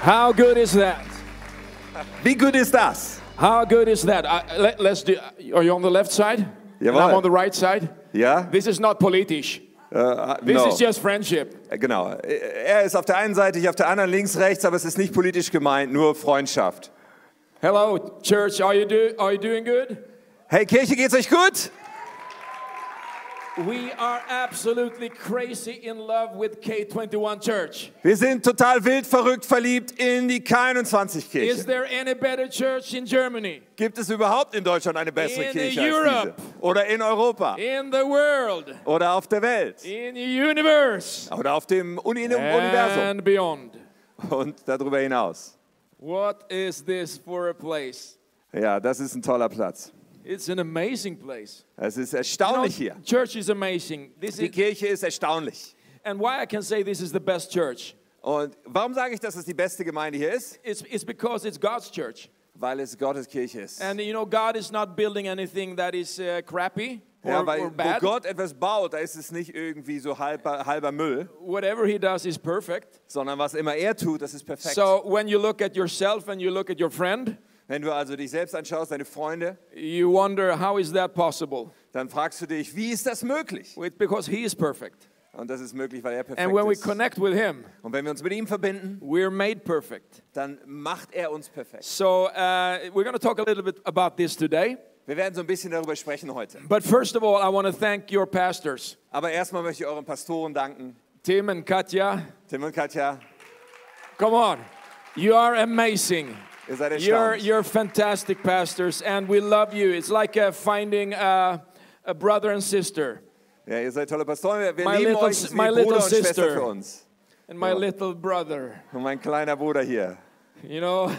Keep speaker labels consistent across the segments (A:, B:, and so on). A: How good is that?
B: Wie gut ist das?
A: How good is that? I, let, us do. Are you on the left side? And
B: Jawohl.
A: I'm on the right side.
B: Ja?
A: This is not politisch.
B: Äh,
A: This
B: no.
A: is just friendship.
B: Genau. Er ist auf der einen Seite, ich auf der anderen links, rechts, aber es ist nicht politisch gemeint, nur Freundschaft.
A: Hello, church. Are you do? Are you doing good?
B: Hey Kirche, geht's euch gut?
A: We are absolutely crazy in love with K21 Church.
B: Wir sind total wild verrückt verliebt in die K21
A: Is
B: Kirche.
A: there any better church in Germany,
B: Gibt es überhaupt in Deutschland eine bessere
A: In
B: Kirche
A: Europe.
B: als diese? Oder in Europa
A: in the world,
B: oder auf der Welt
A: in the universe,
B: oder auf dem Uni Universum
A: and beyond?
B: und darüber hinaus.
A: What is this for a place?
B: Ja, das ist ein toller Platz.
A: It's an amazing place.
B: Es ist
A: You know,
B: erstaunlich hier.
A: church is amazing. This
B: Die
A: is,
B: Kirche ist erstaunlich.
A: and why I can say this is the best church?
B: Und warum sage ich, dass es die beste Gemeinde hier ist?
A: It's, it's because it's God's church.
B: Weil es Gottes Kirche ist.
A: And you know, God is not building anything that is uh, crappy or,
B: Ja, weil
A: or
B: wo
A: bad.
B: Gott etwas baut, da ist es nicht irgendwie so halber, halber Müll,
A: Whatever He does is perfect.
B: sondern was immer er tut, das ist perfekt.
A: So when you look at yourself and you look at your friend,
B: Wenn du also dich selbst anschaust, deine Freunde,
A: you wonder how is that possible?
B: dann fragst du dich, wie ist das möglich?
A: Well, It's because he is perfect.
B: Und das ist möglich, weil er perfekt
A: And when we
B: ist.
A: connect with him,
B: Und wenn wir uns mit ihm verbinden,
A: we're made perfect.
B: dann macht er uns perfekt.
A: So uh, we're going to talk a little bit about this today.
B: Wir werden so ein bisschen darüber sprechen heute.
A: But first of all, I want to thank your pastors,
B: Aber erstmal möchte ich euren Pastoren danken,
A: Tim and Katja.
B: Tim und Katja.
A: Come on, you are amazing.
B: Ihr seid
A: You're,
B: erstaunt.
A: you're fantastic pastors, and we love you. It's like uh, finding uh, a brother and sister.
B: Ja, ihr seid tolle Pastoren. Wir, wir
A: My
B: lieben
A: little
B: euch.
A: s-
B: ihr seid wie
A: my
B: Bruder
A: little
B: und Schwester
A: sister.
B: für uns.
A: And my little brother,
B: Und mein kleiner Bruder hier.
A: you know,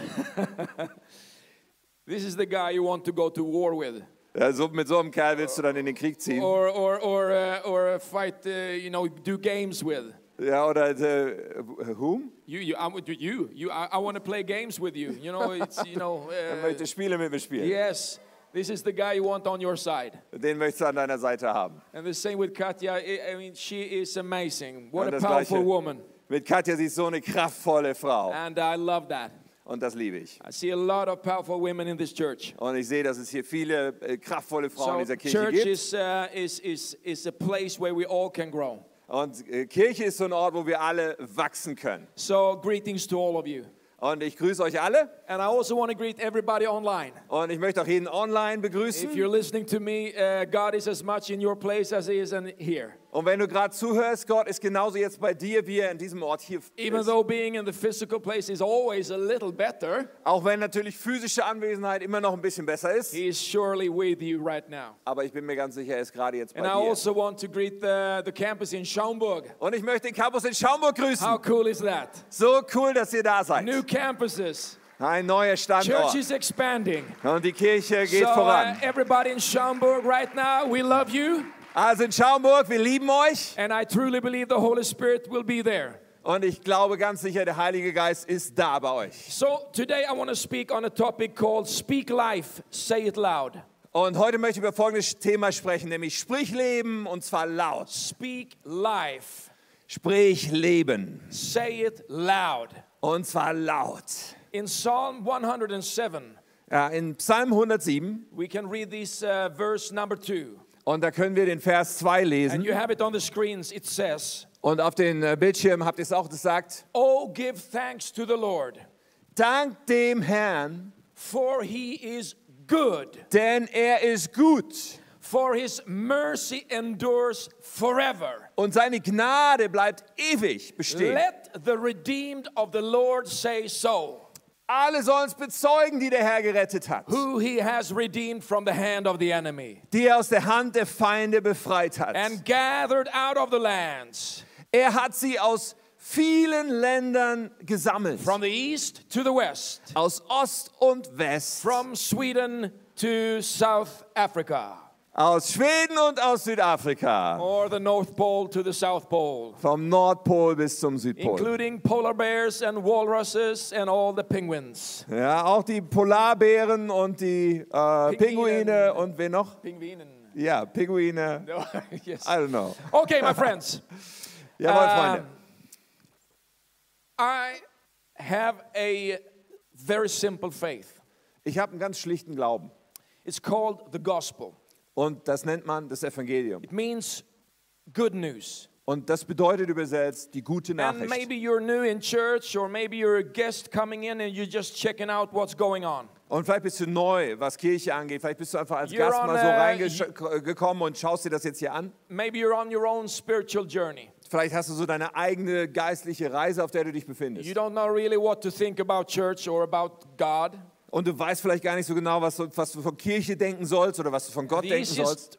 A: this is the guy you want to go to war with.
B: Ja, so, mit so einem Kerl willst du dann in den Krieg ziehen.
A: or or or uh, or uh, fight uh, you know do games with
B: Ja, oder äh, whom?
A: you you I would do you you I, I want to play games with you you know it's you know
B: Er
A: uh,
B: möchte Spiele mit mir spielen.
A: yes this is the guy you want on your side
B: Den möchtest du an deiner Seite haben.
A: and the same with Katya I, I mean she is amazing what
B: Und
A: a
B: das
A: powerful
B: Gleiche.
A: woman
B: Mit Katja, sie ist so eine kraftvolle Frau.
A: and I love that
B: Und das liebe ich.
A: I see a lot of powerful women in this church
B: Und ich sehe, dass es hier viele äh, kraftvolle Frauen in
A: so
B: dieser Kirche
A: church
B: gibt.
A: is, uh, is is is a place where we all can grow
B: Und äh, Kirche ist so ein Ort, wo wir alle wachsen können.
A: so greetings to all of you
B: Und ich grüße euch alle.
A: and I also want to greet everybody online
B: Und ich möchte auch jeden online
A: If
B: begrüßen.
A: you're listening to me, uh, God is as much in your place as He is in here.
B: Und wenn du gerade zuhörst, Gott ist genauso jetzt bei dir, wie er in diesem Ort hier
A: Even
B: ist.
A: though being in the physical place is always a little better,
B: Auch wenn natürlich physische Anwesenheit immer noch ein bisschen besser ist.
A: He is surely with you right now.
B: Aber ich bin mir ganz sicher, er ist gerade jetzt bei
A: And I
B: dir.
A: also want to greet uh, the, the campus in Schaumburg.
B: Und ich möchte den Campus in Schaumburg grüßen.
A: How cool is that?
B: So cool, dass ihr da seid.
A: New campuses,
B: Ein neuer
A: church
B: Standort.
A: is expanding.
B: Und die Kirche geht
A: so, uh,
B: voran.
A: everybody in Schaumburg right now, we love you.
B: Also in Schaumburg, wir lieben euch.
A: And I truly believe the Holy Spirit will be there.
B: Und ich glaube ganz sicher, der Heilige Geist ist da bei euch.
A: So, today I want to speak on a topic called Speak Life, Say It Loud.
B: Und heute möchte ich über folgendes Thema sprechen, nämlich sprich Leben und zwar laut.
A: Speak life.
B: Sprich Leben
A: Say it loud.
B: und zwar laut.
A: In Psalm 107,
B: Ja, in Psalm 107
A: we can read this uh, verse number two.
B: und da können wir den Vers 2
A: And
B: lesen
A: you have it on the screens. It says,
B: und auf den äh, Bildschirm habt ihr es auch gesagt.
A: Oh, give thanks to the Lord,
B: Dank dem Herrn,
A: for he is good,
B: denn er ist gut
A: for his mercy endures forever.
B: und seine Gnade bleibt ewig bestehen.
A: Let the redeemed of the Lord say so,
B: Alle sollen es bezeugen, die der Herr gerettet hat.
A: who he has redeemed from the hand of the enemy
B: die er aus der Hand der Feinde befreit hat.
A: and gathered out of the lands
B: er hat sie aus vielen Ländern gesammelt.
A: from the east to the west.
B: aus Ost und West.
A: from Sweden to South Africa,
B: aus Schweden und aus Südafrika.
A: or the North Pole to the South Pole,
B: Vom Nordpol bis zum Südpol.
A: including polar bears and walruses and all the penguins.
B: Ja, auch die Polarbären und die äh, Pinguine
A: Pinguine.
B: und wen noch?
A: Penguinen.
B: Ja, Pinguine.
A: No, yes.
B: I don't know.
A: Okay, my friends.
B: Jawohl,
A: Um,
B: Freunde.
A: I have a very simple faith.
B: Ich habe einen ganz schlichten Glauben.
A: It's called the gospel.
B: Und das nennt man das Evangelium.
A: It means good news.
B: Und das bedeutet übersetzt die gute
A: And
B: Nachricht.
A: maybe you're new in church, or maybe you're a guest coming in and you're just checking out what's going on.
B: Und vielleicht bist du neu, was Kirche angeht. Vielleicht bist du einfach als
A: You're
B: Gast
A: on
B: mal
A: a-
B: so reingekommen und schaust dir das jetzt hier an.
A: Maybe you're on your own spiritual journey.
B: Vielleicht hast du so deine eigene geistliche Reise, auf der du dich
A: You
B: befindest.
A: don't know really what to think about church or about God.
B: Und du weißt vielleicht gar nicht so genau, was du, was du von Kirche denken sollst oder was du von Gott
A: The
B: denken sollst.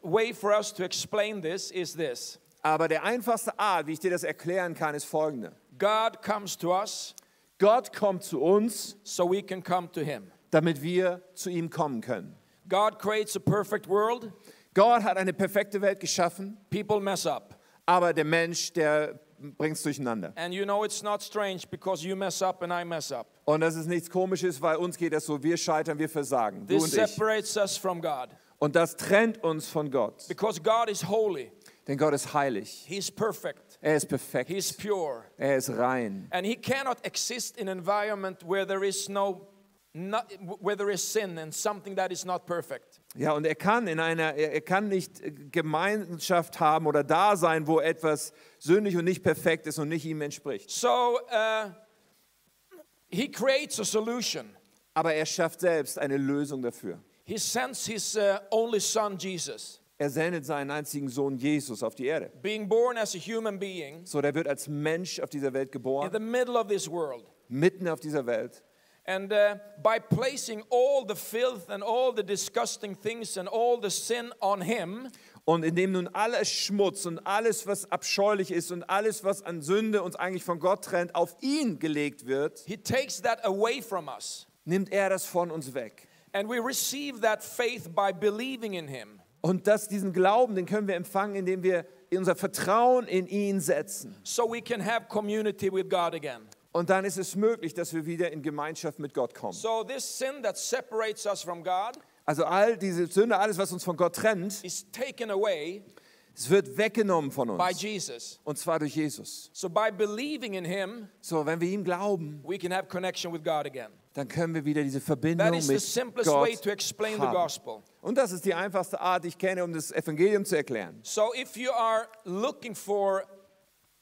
A: easiest way for us to explain this is this
B: Aber der einfachste Art, wie ich dir das erklären kann, ist folgende.
A: God comes to us
B: Gott kommt zu uns,
A: so we can come to Him.
B: damit wir zu ihm kommen können.
A: God creates a perfect world,
B: Gott hat eine perfekte Welt geschaffen,
A: people mess up.
B: aber der Mensch, der bringt es durcheinander.
A: And you know it's not strange because you mess up and I mess up.
B: Und das ist nichts Komisches, weil uns geht es so, wir scheitern, wir versagen, du
A: This
B: und ich.
A: separates us from God
B: Und das trennt uns von Gott,
A: because God is holy,
B: denn Gott ist heilig,
A: He's perfect,
B: er ist perfekt,
A: He's pure,
B: er ist rein.
A: and He cannot exist in an environment where there is no, not, where there is sin and something that is not perfect.
B: Ja, und er kann in einer, er er kann nicht äh, Gemeinschaft haben oder da sein, wo etwas sündig und nicht perfekt ist und nicht ihm entspricht.
A: So uh, He creates a solution.
B: Aber er schafft selbst eine Lösung dafür.
A: He sends His uh, only Son Jesus,
B: Er sendet seinen einzigen Sohn Jesus auf die Erde.
A: being born as a human being
B: So, der wird als Mensch auf dieser Welt
A: in
B: geboren,
A: the middle of this world.
B: mitten auf dieser Welt.
A: And uh, by placing all the filth and all the disgusting things and all the sin on him,
B: Und indem nun alles Schmutz und alles, was abscheulich ist und alles, was an Sünde uns eigentlich von Gott trennt, auf ihn gelegt wird,
A: he takes that away from us.
B: nimmt er das von uns weg.
A: And we receive that faith by believing in him.
B: Und das, diesen Glauben, den können wir empfangen, indem wir unser Vertrauen in ihn setzen.
A: So we can have community with God again.
B: Und dann ist es möglich, dass wir wieder in Gemeinschaft mit Gott kommen.
A: So this sin that separates us from God
B: Also all diese Sünde, alles, was uns von Gott trennt,
A: is taken away
B: es wird weggenommen von uns.
A: by Jesus.
B: Und zwar durch Jesus.
A: So by believing in him,
B: So, wenn wir ihm glauben,
A: we can have connection with God again.
B: dann können wir wieder diese Verbindung
A: That is the
B: mit
A: simplest way to
B: Gott
A: explain the
B: haben.
A: gospel.
B: Und das ist die einfachste Art, die ich kenne, um das Evangelium zu erklären.
A: So if you are looking for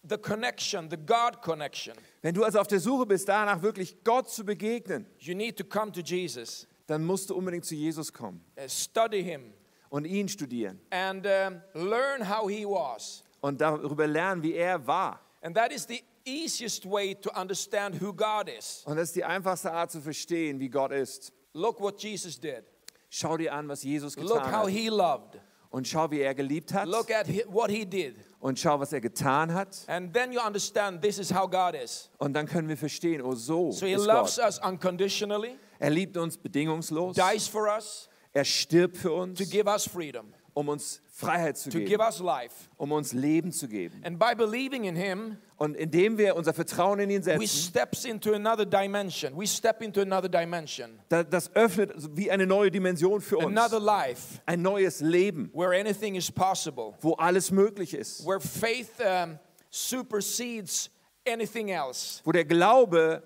A: the connection, the God connection,
B: Wenn du also auf der Suche bist, danach wirklich Gott zu begegnen,
A: you need to come to Jesus,
B: dann musst du unbedingt zu Jesus kommen
A: uh, study him,
B: und ihn studieren
A: and um, learn how he was.
B: und darüber lernen, wie er war.
A: And that is the easiest way to understand who God is.
B: Und das ist die einfachste Art zu verstehen, wie Gott ist.
A: Look what Jesus did.
B: Schau dir an, was Jesus
A: Look
B: getan
A: how
B: hat
A: he loved.
B: und schau, wie er geliebt hat
A: Look at hi- what he did.
B: und schau, was er getan hat.
A: And then you understand this is how God is.
B: Und dann können wir verstehen, oh so
A: So he
B: ist
A: loves
B: Gott.
A: us unconditionally,
B: Er liebt uns bedingungslos.
A: dies for us
B: Er stirbt für uns.
A: to give us freedom,
B: um uns Freiheit zu
A: to give
B: geben,
A: us life.
B: um uns Leben zu geben.
A: And by believing in him,
B: Und indem wir unser Vertrauen in ihn
A: we
B: setzen,
A: steps into another dimension. We step into another dimension,
B: da- das öffnet wie eine neue Dimension für
A: another
B: uns.
A: life
B: Ein neues Leben,
A: where anything is possible,
B: wo alles möglich ist,
A: where faith um, supersedes anything else.
B: wo der Glaube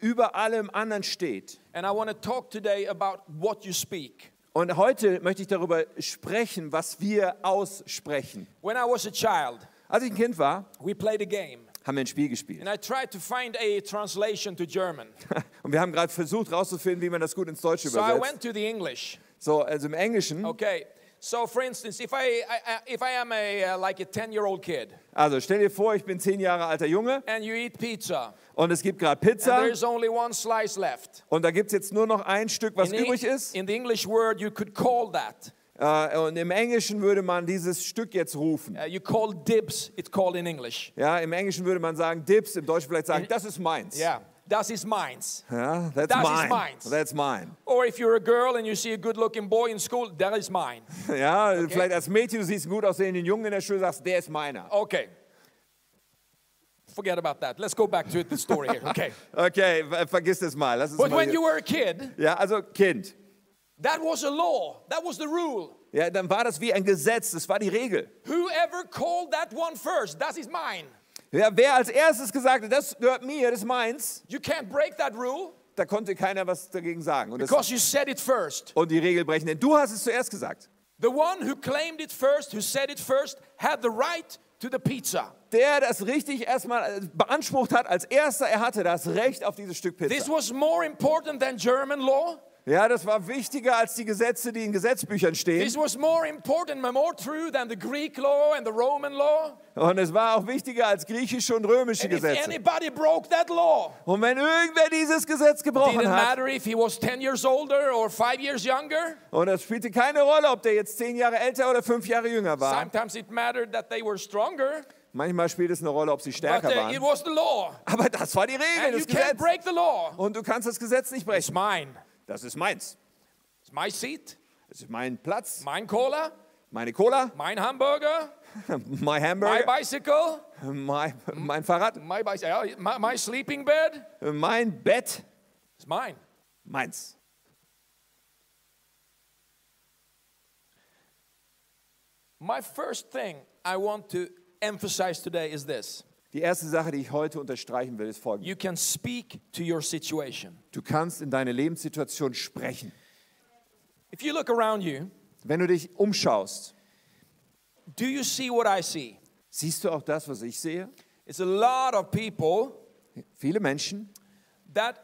B: über allem anderen steht.
A: And I want to talk today about what you speak.
B: Und heute möchte ich darüber sprechen, was wir aussprechen.
A: When I was a child,
B: Als ich ein Kind war,
A: we played a game,
B: haben wir ein Spiel gespielt.
A: and I tried to find a translation to German.
B: Und wir haben gerade versucht herauszufinden, wie man das gut ins Deutsche
A: So I
B: übersetzt.
A: went to the English.
B: So, also im Englischen.
A: Okay. So, for instance, if I, I I- if I am a uh, like a ten-year-old kid,
B: Also stell dir vor, ich bin zehn Jahre alter Junge
A: and you eat pizza,
B: und es gibt gerade
A: and
B: Pizza.
A: there's only one slice left.
B: Und da gibt es jetzt nur noch ein Stück, was
A: In the-
B: übrig ist.
A: In the English word, you could call that.
B: Äh, und im Englischen würde man dieses Stück jetzt rufen.
A: Uh, you call dibs, it's called in English.
B: Ja, im Englischen würde man sagen Dips, im Deutschen vielleicht sagen, das ist meins.
A: Yeah. Das ist meins.
B: Ja, that's
A: Das ist
B: mine.
A: meins.
B: That's mine.
A: Or if you're a girl and you see a good looking boy in school, that is mine.
B: Ja, vielleicht als Mädchen, du siehst einen gut aussehenden Jungen in der Schule, sagst, der ist meiner.
A: Okay. Forget about that. Let's go back to the story here. Okay.
B: Okay, ver- vergiss das mal. Lass es
A: Oh. But
B: mal
A: when
B: hier-
A: you were a kid,
B: ja, also Kind.
A: that was a law, that was the rule.
B: Ja, dann war das wie ein Gesetz, das war die Regel.
A: Whoever called that one first, that is mine.
B: Ja, wer als erstes gesagt hat, das gehört mir, das ist meins,
A: You can't break that rule
B: da konnte keiner was dagegen sagen. Und, das,
A: because you said it first.
B: und die Regel brechen, denn du hast es zuerst gesagt.
A: The one who claimed it first, who said it first, had the right to the pizza.
B: Der das richtig erstmal äh, beansprucht hat, als erster, er hatte das Recht auf dieses Stück
A: This
B: Pizza.
A: was more important than German law.
B: Ja, das war wichtiger als die Gesetze, die in Gesetzbüchern stehen.
A: This was more important and more true than the Greek law and the Roman law.
B: Und es war auch wichtiger als griechische und römische
A: And if
B: Gesetze.
A: anybody broke that law,
B: Und wenn irgendwer dieses Gesetz gebrochen
A: didn't
B: hat,
A: matter if he was 10 years older or 5 years younger.
B: und das spielte keine Rolle, ob der jetzt zehn Jahre älter oder fünf Jahre jünger war,
A: Sometimes it mattered that they were stronger,
B: manchmal spielt es eine Rolle, ob sie
A: but
B: stärker
A: uh, it
B: waren.
A: was the law.
B: Aber das war die Regel,
A: And you
B: das
A: can't
B: Gesetz.
A: break the law.
B: Und du kannst das Gesetz nicht
A: It's
B: brechen.
A: mine.
B: Das ist meins.
A: It's my seat,
B: Das ist mein Platz,
A: mine cola,
B: meine Cola,
A: mine hamburger,
B: mein
A: my
B: Hamburger,
A: bicycle,
B: mein, mein Fahrrad,
A: my, bicycle, my, my sleeping bed.
B: mein Bett,
A: It's mine.
B: meins.
A: My first thing I want to emphasize today is this
B: Die erste Sache, die ich heute unterstreichen will, ist folgende.
A: you can speak to your situation.
B: Du kannst in deine Lebenssituation sprechen.
A: If you look around you,
B: Wenn du dich umschaust,
A: do you see what I see?
B: siehst du auch das, was ich sehe?
A: It's a lot of people
B: Viele Menschen,
A: that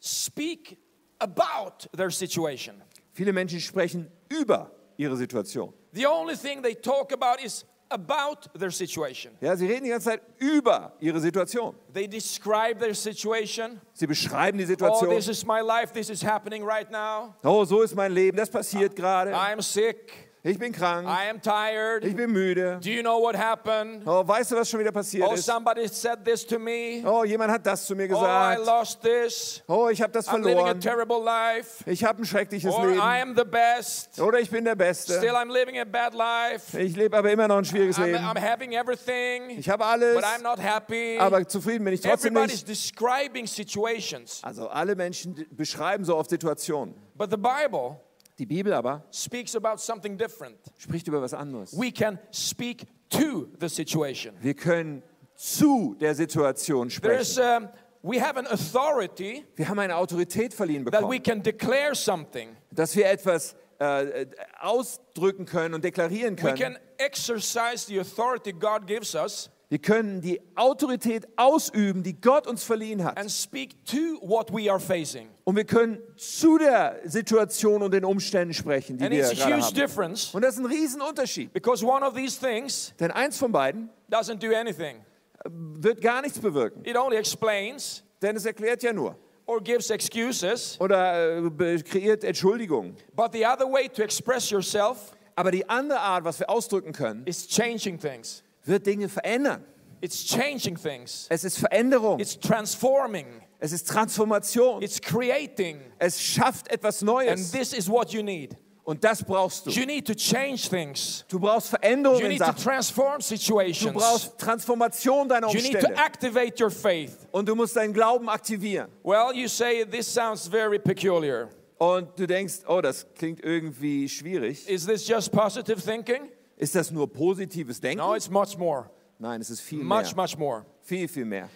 A: speak about their situation.
B: viele Menschen sprechen über ihre Situation.
A: The only thing they talk about is about their situation.
B: Ja, sie reden die ganze Zeit über ihre Situation.
A: They describe their situation.
B: Sie beschreiben die
A: Oh,
B: Situation.
A: this is my life. This is happening right now.
B: Oh, so ist mein Leben, das passiert gerade.
A: I'm sick.
B: Ich bin krank,
A: I am tired.
B: ich bin müde.
A: Do you know what happened?
B: Oh, weißt du, was schon wieder passiert
A: Oh,
B: ist?
A: somebody said this to me.
B: Oh, jemand hat das zu mir
A: Oh, I
B: gesagt.
A: lost this.
B: Oh, ich habe das
A: I'm living a
B: verloren.
A: terrible life.
B: Ich habe ein schreckliches
A: Or I
B: Leben.
A: am the best.
B: Oder ich bin der Beste.
A: Still, I'm living a bad life.
B: Ich lebe aber immer noch ein schwieriges
A: I'm,
B: Leben.
A: I'm having everything,
B: Ich habe alles,
A: but I'm not happy.
B: aber zufrieden bin ich trotzdem
A: Everybody's
B: nicht.
A: describing situations,
B: Also alle Menschen d- beschreiben so oft Situationen.
A: but the Bible
B: Die Bibel aber
A: speaks about something different.
B: spricht über was anderes.
A: We can speak to the situation.
B: Wir können zu der Situation
A: There's,
B: sprechen.
A: um, we have an authority
B: Wir haben eine Autorität verliehen
A: that we
B: bekommen,
A: can declare something.
B: dass wir etwas äh, äh, ausdrücken können und deklarieren
A: We
B: können.
A: can exercise the authority God gives us
B: Wir können die Autorität ausüben, die Gott uns verliehen hat.
A: and speak to what we are facing.
B: Und wir können zu der Situation und den Umständen sprechen, die
A: And
B: wir
A: it's a
B: gerade
A: huge
B: haben.
A: difference
B: Und das ist ein Riesenunterschied.
A: because one of these things
B: Denn eins von beiden
A: doesn't do anything.
B: wird gar nichts bewirken.
A: It only explains
B: Denn es erklärt ja nur
A: or gives excuses,
B: oder äh, be- kreiert Entschuldigungen.
A: but the other way to express yourself
B: Aber die andere Art, was wir ausdrücken können,
A: is changing things.
B: wird Dinge verändern.
A: It's changing things.
B: Es ist Veränderung,
A: It's transforming.
B: es ist Transformation,
A: It's creating.
B: es schafft etwas
A: And
B: Neues.
A: this is what you need.
B: Und das brauchst du.
A: You need to change things.
B: Du brauchst
A: You
B: Veränderungen in
A: need to
B: Sachen.
A: transform
B: Du
A: situations.
B: brauchst Transformation deiner
A: You need to
B: Umstände.
A: activate your faith.
B: Und du musst deinen Glauben aktivieren.
A: Well, you say this sounds very peculiar.
B: Und du denkst, oh, das klingt irgendwie schwierig.
A: Is this just positive thinking?
B: Ist das nur positives Denken?
A: No, it's much more.
B: Nein, es ist viel
A: Much,
B: mehr.
A: much more.
B: Viel, viel mehr.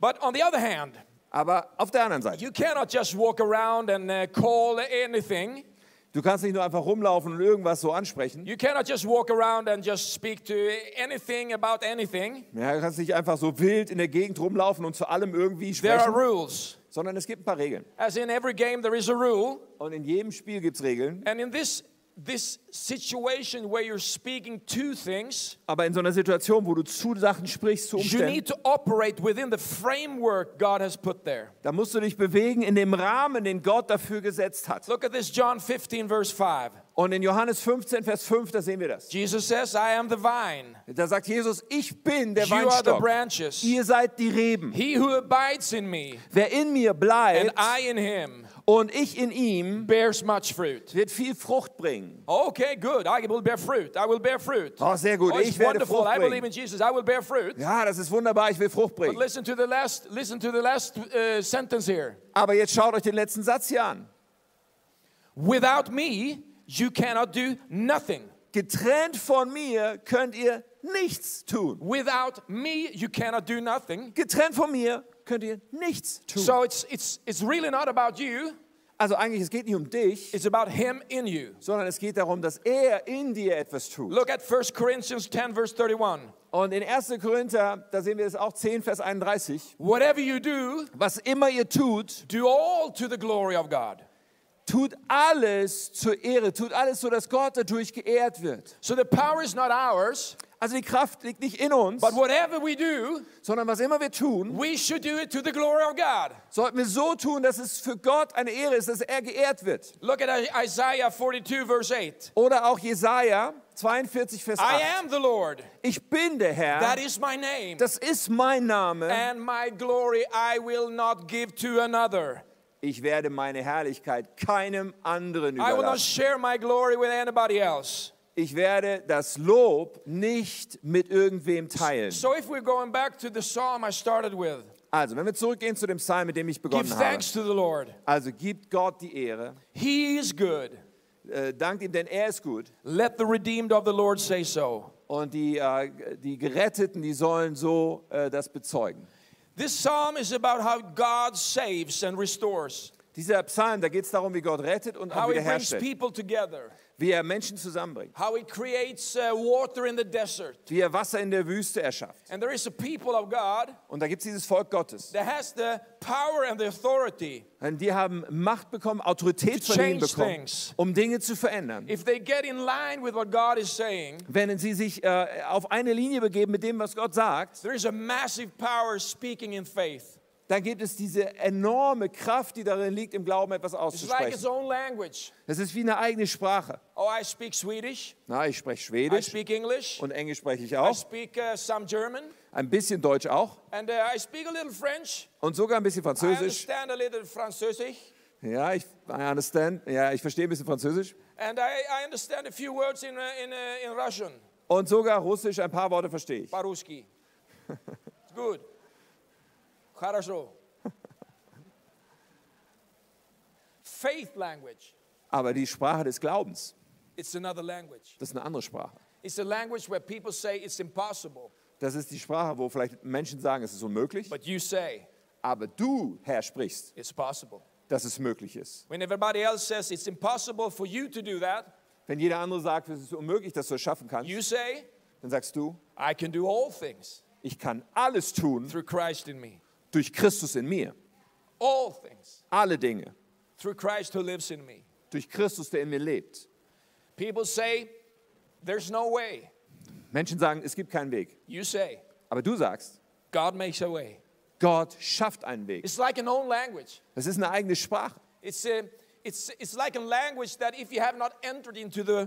A: But on the other hand,
B: Aber auf der anderen Seite,
A: you cannot just walk around and uh, call anything.
B: du kannst nicht nur einfach rumlaufen und irgendwas so ansprechen.
A: You cannot just walk around and just speak to anything about anything.
B: Ja, du kannst nicht einfach so wild in der Gegend rumlaufen und zu allem irgendwie
A: There are
B: sprechen,
A: rules.
B: sondern es gibt ein paar Regeln.
A: As in every game, there is a rule.
B: Und in jedem Spiel gibt es Regeln.
A: And in this this situation where you're speaking to things,
B: Aber in so einer Situation, wo du zu Sachen sprichst, zu
A: you need to
B: Umständen,
A: operate within the framework God has put there.
B: da musst du dich bewegen in dem Rahmen, den Gott dafür gesetzt hat.
A: Look at this John 15 verse 5.
B: Und in Johannes 15, Vers 5, da sehen wir das.
A: Jesus says, "I am the vine,
B: Da sagt Jesus, ich bin der
A: you are the
B: Weinstock.
A: branches.
B: Ihr seid die Reben.
A: He who abides in me
B: Wer in mir
A: and
B: bleibt
A: I in him
B: und ich in ihm,
A: bears much fruit."
B: wird viel Frucht bringen.
A: Okay, good. I will bear fruit. I will bear fruit.
B: Oh, sehr gut.
A: Oh, it's
B: Ich werde
A: wonderful.
B: Frucht
A: I believe
B: bringen.
A: in Jesus. I will bear fruit.
B: Ja, das ist wunderbar. Ich will Frucht
A: But
B: bringen.
A: listen to the last listen to the last uh, sentence here.
B: Aber jetzt schaut euch den letzten Satz hier an.
A: Without me, you cannot do nothing.
B: Getrennt von mir könnt ihr nichts tun.
A: Without me, you cannot do nothing.
B: Getrennt von mir könnt ihr nichts tun.
A: So it's, it's, it's really not about you,
B: also eigentlich, es geht nicht um dich,
A: it's about Him in you.
B: sondern es geht darum, dass er in dir etwas tut.
A: Look at 1 Corinthians 10, verse 31.
B: Und in 1. Korinther, da sehen wir es auch 10, Vers 31.
A: Whatever you do,
B: Was immer ihr tut,
A: do all to the glory of God.
B: tut alles zur Ehre, tut alles so, dass Gott dadurch geehrt wird.
A: So the power is not ours,
B: Also die Kraft liegt nicht in uns,
A: but whatever we do,
B: sondern was immer wir tun,
A: we should do it to the glory of God.
B: sollten wir so tun, dass es für Gott eine Ehre ist, dass er geehrt wird.
A: Look at Isaiah 42, verse 8.
B: Oder auch Jesaja 42, Vers
A: I
B: 8.
A: am the Lord,
B: Ich bin der Herr,
A: that is my name,
B: das ist mein Name.
A: and my glory I will not give to another.
B: Ich werde meine Herrlichkeit keinem anderen
A: I will not
B: überlassen.
A: share my glory with anybody else.
B: Ich werde das Lob nicht mit irgendwem teilen.
A: So if we're going back to the psalm I started with,
B: Also, wenn wir zurückgehen zu dem Psalm, mit dem ich
A: give
B: begonnen habe.
A: thanks to the Lord.
B: Also, gibt Gott die Ehre.
A: He is good.
B: äh, dankt ihm, denn er ist gut.
A: Let the redeemed of the Lord say so.
B: Und die, äh, die Geretteten, die sollen so äh, das bezeugen.
A: This psalm is about how God saves and restores,
B: Dieser Psalm, da geht es darum, wie Gott rettet und auch
A: how He brings
B: wiederherstellt.
A: people together,
B: Wie er Menschen zusammenbringt.
A: how He creates uh, water in the desert.
B: Wie er Wasser in der Wüste erschafft.
A: And there is a people of God
B: Und da gibt es dieses Volk Gottes.
A: that has the power and the authority.
B: Und die haben Macht bekommen, Autorität
A: To
B: von ihnen
A: change
B: bekommen,
A: things.
B: um Dinge zu verändern.
A: If they get in line with what God is saying,
B: Wenn sie sich äh, auf eine Linie begeben mit dem, was Gott sagt,
A: there is a massive power speaking in faith.
B: dann gibt es diese enorme Kraft, die darin liegt, im Glauben etwas
A: It's like its
B: auszusprechen.
A: own language.
B: Das ist wie eine eigene Sprache.
A: Oh, I speak Swedish.
B: Na, ich spreche
A: I
B: Schwedisch
A: speak English.
B: und Englisch spreche ich
A: I
B: auch.
A: speak uh, some German.
B: ein bisschen Deutsch auch
A: And uh, I speak a little French.
B: und sogar ein bisschen
A: I
B: Französisch.
A: understand a little Französisch.
B: Ja, ich I understand. Ja, ich verstehe ein bisschen Französisch
A: And I, I understand a few words in, uh, in, uh, in Russian.
B: und sogar Russisch. Ein paar Worte verstehe ich.
A: По-русски. It's good. Хорошо. Faith language.
B: Aber die Sprache des Glaubens,
A: It's another language.
B: das ist eine andere Sprache.
A: It's a language where people say it's impossible,
B: Das ist die Sprache, wo vielleicht Menschen sagen, es ist unmöglich,
A: but you say
B: aber du, Herr, sprichst,
A: it's possible.
B: dass es möglich ist.
A: When everybody else says it's impossible for you to do that,
B: Wenn jeder andere sagt, es ist unmöglich, dass du es schaffen kannst,
A: you say,
B: dann sagst du,
A: I can do all things
B: ich kann alles tun
A: through Christ in me.
B: durch Christus in mir.
A: All things
B: Alle Dinge.
A: through Christ who lives in me.
B: Durch Christus, der in mir lebt.
A: People say there's no way.
B: Menschen sagen, es gibt keinen Weg.
A: You say
B: Aber du sagst,
A: God makes a way.
B: Gott schafft einen Weg.
A: It's like an own language.
B: Das ist eine eigene Sprache.
A: It's, a, it's, it's like a language that if you have not entered into the,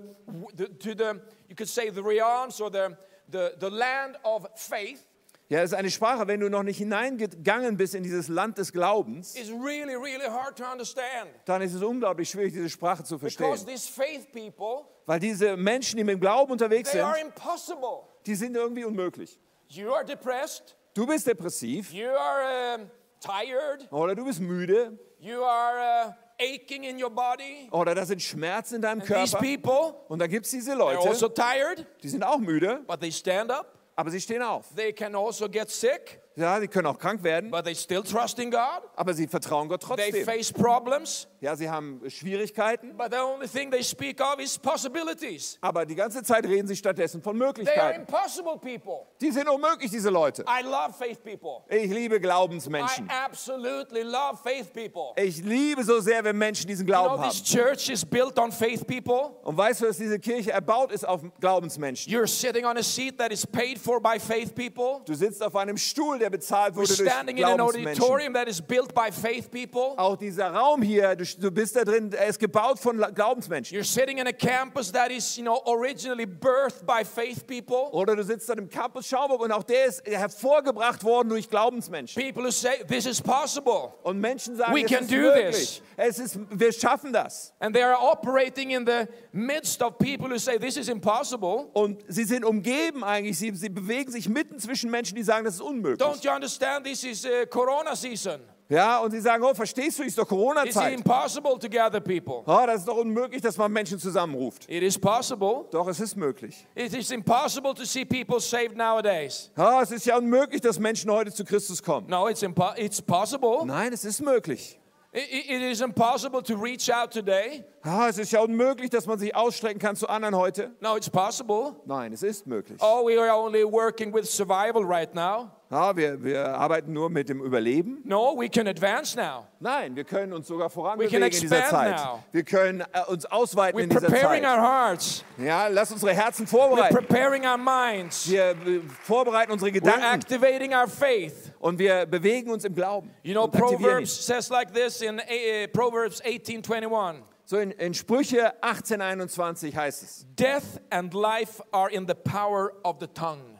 A: the, to the you could say the realms or the, the, the land of faith,
B: Ja, es ist eine Sprache, wenn du noch nicht hineingegangen bist in dieses Land des Glaubens,
A: is really, really hard to understand.
B: dann ist es unglaublich schwierig, diese Sprache zu
A: Because
B: verstehen.
A: these faith people,
B: Weil diese Menschen, die mit dem Glauben unterwegs
A: they
B: sind,
A: are impossible.
B: die sind irgendwie unmöglich.
A: You are depressed,
B: Du bist depressiv
A: you are um, tired,
B: oder du bist müde
A: you are uh, aching in your body.
B: oder da sind Schmerzen in deinem
A: These
B: Körper.
A: people,
B: Und dann gibt es diese
A: they're also
B: Leute,
A: tired,
B: die sind auch müde,
A: but they stand up.
B: aber sie stehen auf.
A: They can also get sick,
B: Ja, sie können auch krank werden,
A: but they still trust in God.
B: aber sie vertrauen Gott
A: They
B: trotzdem.
A: face problems,
B: Ja, sie haben Schwierigkeiten,
A: But the only thing they speak of is possibilities.
B: aber die ganze Zeit reden sie stattdessen von
A: They are
B: Möglichkeiten.
A: impossible people.
B: Die sind unmöglich, diese Leute.
A: I love faith people.
B: Ich liebe
A: I
B: Glaubensmenschen.
A: absolutely love faith people.
B: Ich liebe so sehr, wenn Menschen diesen
A: You know,
B: Glauben
A: this
B: haben.
A: church is built on faith people.
B: Und weißt du, dass diese Kirche erbaut ist auf Glaubensmenschen?
A: You're sitting on a seat that is paid for by faith people.
B: Du sitzt auf einem Stuhl, der bezahlt
A: You're
B: wurde durch
A: standing in an
B: Glaubensmenschen.
A: auditorium that is built by faith people.
B: Auch dieser Raum hier, du, du bist da drin, er ist gebaut von La- Glaubensmenschen.
A: You're sitting in a campus that is, you know, originally birthed by faith people.
B: Oder du sitzt an dem Campus Schauburg und auch der ist hervorgebracht worden durch Glaubensmenschen.
A: People who say this is possible.
B: Und Menschen sagen,
A: We
B: es
A: can
B: ist
A: do
B: möglich. Es ist, wir schaffen das.
A: And they are operating in the midst of people who say this is impossible.
B: Und sie sind umgeben eigentlich, sie, sie bewegen sich mitten zwischen Menschen, die sagen, das ist unmöglich.
A: Don't you understand this is uh, corona season?
B: Ja, und sie sagen, oh, verstehst du, ist doch
A: It's
B: Corona-Zeit.
A: impossible to gather people.
B: Oh, das ist doch unmöglich, dass man Menschen zusammenruft.
A: It is possible.
B: Doch, es ist möglich.
A: It is impossible to see people saved nowadays.
B: Oh, es ist ja unmöglich, dass Menschen heute zu Christus kommen.
A: No, it's, impo- it's possible.
B: Nein, es ist möglich.
A: I- i- it is impossible to reach out today.
B: Ah, es ist ja unmöglich, dass man sich ausstrecken kann zu anderen heute.
A: No, it's possible.
B: Nein, es ist möglich.
A: Oh, we are only working with survival right now.
B: Ah, wir, wir arbeiten nur mit dem Überleben.
A: No, we can advance now.
B: Nein, wir können uns sogar
A: can
B: voranbewegen in dieser
A: expand
B: Zeit.
A: now.
B: Wir können äh, uns ausweiten
A: We're
B: in dieser Zeit.
A: preparing our hearts.
B: ja, lass unsere Herzen
A: We're
B: vorbereiten.
A: preparing our minds.
B: Wir äh, vorbereiten unsere
A: We're
B: Gedanken
A: activating our faith.
B: und wir bewegen uns im Glauben.
A: You know,
B: und aktivieren ihn.
A: Proverbs says like this in eh, eh, Proverbs 18:21.
B: So in, in Sprüche 1821 heißt es:
A: Death and life are in the power of the tongue.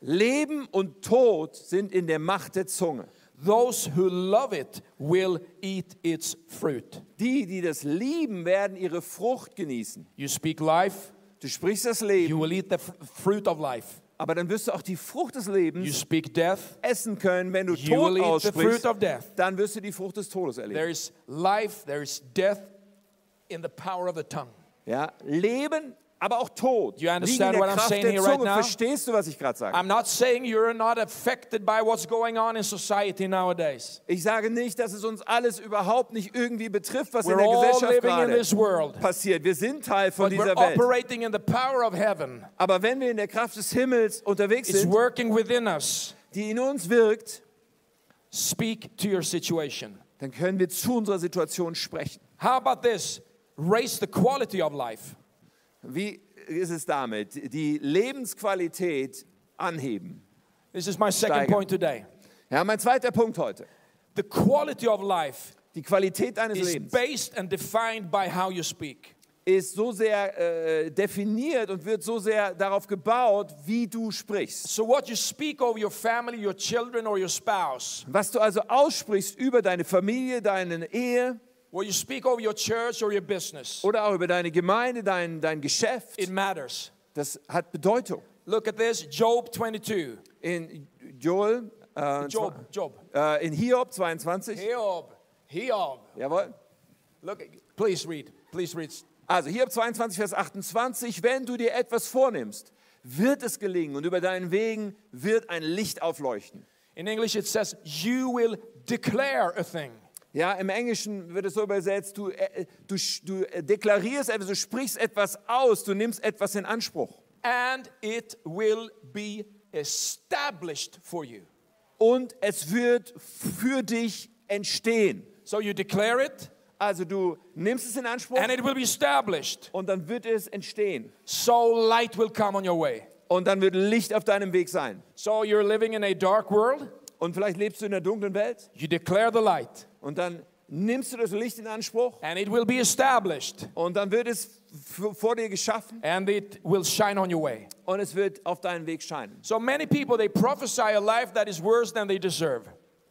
B: Leben und Tod sind in der Macht der Zunge.
A: Those who love it will eat its fruit.
B: Die, die das lieben, werden ihre Frucht genießen.
A: You speak life,
B: Du sprichst das Leben,
A: you will eat the fr- fruit of life.
B: aber dann wirst du auch die Frucht des
A: You
B: Lebens
A: speak death,
B: essen können, wenn du
A: you will
B: Tod
A: eat the fruit
B: aussprichst.
A: of death.
B: Dann wirst du die Frucht des Todes erleben.
A: There is life, there is death in the power of the tongue.
B: Ja, Leben, aber auch Tod.
A: You
B: liegen in
A: understand
B: der
A: what I'm
B: Kraft
A: saying
B: der
A: here
B: Zunge.
A: right now?
B: Verstehst du, was ich gerade sage?
A: I'm not saying you're not affected by what's going on in society nowadays.
B: Ich sage nicht, dass es uns alles überhaupt nicht irgendwie betrifft, was in
A: We're
B: der
A: all
B: Gesellschaft
A: living in
B: gerade
A: this world,
B: passiert. Wir sind Teil von
A: but we're
B: dieser Welt.
A: operating in the power of heaven.
B: Aber wenn wir in der Kraft des Himmels unterwegs
A: It's
B: sind,
A: working within us.
B: die in uns wirkt,
A: Speak to your situation.
B: dann können wir zu unserer Situation sprechen.
A: How about this? Raise the quality of life.
B: Wie ist es damit? Die Lebensqualität anheben.
A: This is my second
B: Steigern.
A: point today.
B: Ja, mein zweiter Punkt heute.
A: The quality of life
B: Die Qualität deines
A: is
B: Lebens
A: based and defined by how you speak.
B: ist so sehr äh, definiert und wird so sehr darauf gebaut, wie du sprichst.
A: So, what you speak over your family, your children, or your spouse,
B: Was du also aussprichst über deine Familie, deine Ehe
A: what you speak over your church or your business,
B: oder auch über deine Gemeinde, dein, dein Geschäft,
A: it matters.
B: das hat Bedeutung.
A: Look at this Job 22.
B: In Joel, äh,
A: Job, Job.
B: zwa- äh, in Hiob 22,
A: Hiob, Hiob.
B: jawohl.
A: Look, at- please read, please read.
B: Also Hiob 22, Vers 28, wenn du dir etwas vornimmst, wird es gelingen und über deinen Wegen wird ein Licht aufleuchten.
A: In English, it says, You will declare a thing.
B: Ja, im Englischen wird es so übersetzt, du, äh, du, sch- du äh, deklarierst etwas, du sprichst etwas aus, du nimmst etwas in Anspruch.
A: and it will be established for you.
B: Und es wird für dich entstehen.
A: So you declare it,
B: Also du nimmst es in Anspruch
A: and it will be established.
B: und dann wird es entstehen.
A: So light will come on your way.
B: Und dann wird Licht auf deinem Weg sein.
A: So you're living in a dark world,
B: Und vielleicht lebst du in der dunklen Welt
A: you declare the light,
B: und dann nimmst du das Licht in Anspruch
A: and it will be established,
B: und dann wird es f- vor dir geschaffen
A: and it will shine on your way.
B: und es wird auf deinen Weg scheinen.
A: So many people, they prophesy a life that is worse than they deserve.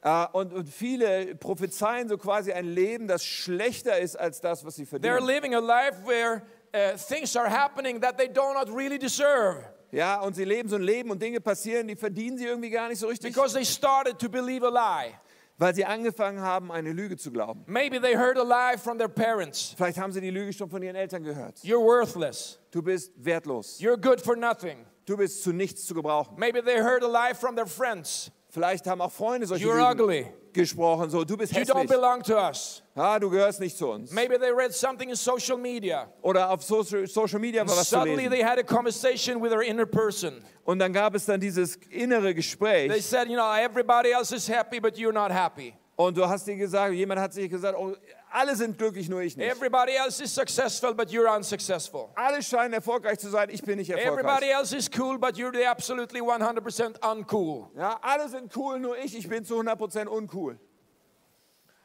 B: Äh, Und, und viele prophezeien so quasi ein Leben, das schlechter ist als das, was sie
A: They're
B: verdienen.
A: living a life where uh, things are happening that they do not really deserve
B: Ja, und sie leben so ein Leben und Dinge passieren, die verdienen sie irgendwie gar nicht so richtig,
A: because they started to believe a lie.
B: weil sie angefangen haben, eine Lüge zu glauben.
A: Maybe they heard a lie from their parents.
B: Vielleicht haben sie die Lüge schon von ihren Eltern gehört.
A: You're worthless.
B: Du bist wertlos.
A: You're good for nothing.
B: Du bist zu nichts zu gebrauchen.
A: Maybe they heard a lie from their friends.
B: Vielleicht haben auch Freunde solche
A: You're
B: Lügen
A: ugly.
B: gesprochen, so du bist
A: You don't
B: hässlich.
A: belong to us.
B: Ah, du gehörst nicht zu uns.
A: Maybe they read something in social media.
B: Oder auf Social, Social Media war was zu
A: Suddenly
B: lesen.
A: they had a conversation with their inner person.
B: Und dann gab es dann dieses innere
A: They
B: Gespräch
A: said, you know, everybody else is happy, but you're not happy.
B: und du hast dir gesagt, jemand hat sich gesagt, oh, alle sind glücklich, nur ich nicht.
A: Everybody else is successful, but you're unsuccessful.
B: Alle scheinen erfolgreich zu sein, ich bin nicht erfolgreich.
A: Everybody else is cool, but you're the absolutely 100% uncool.
B: Ja, alle sind cool, nur ich, ich bin zu 100% uncool.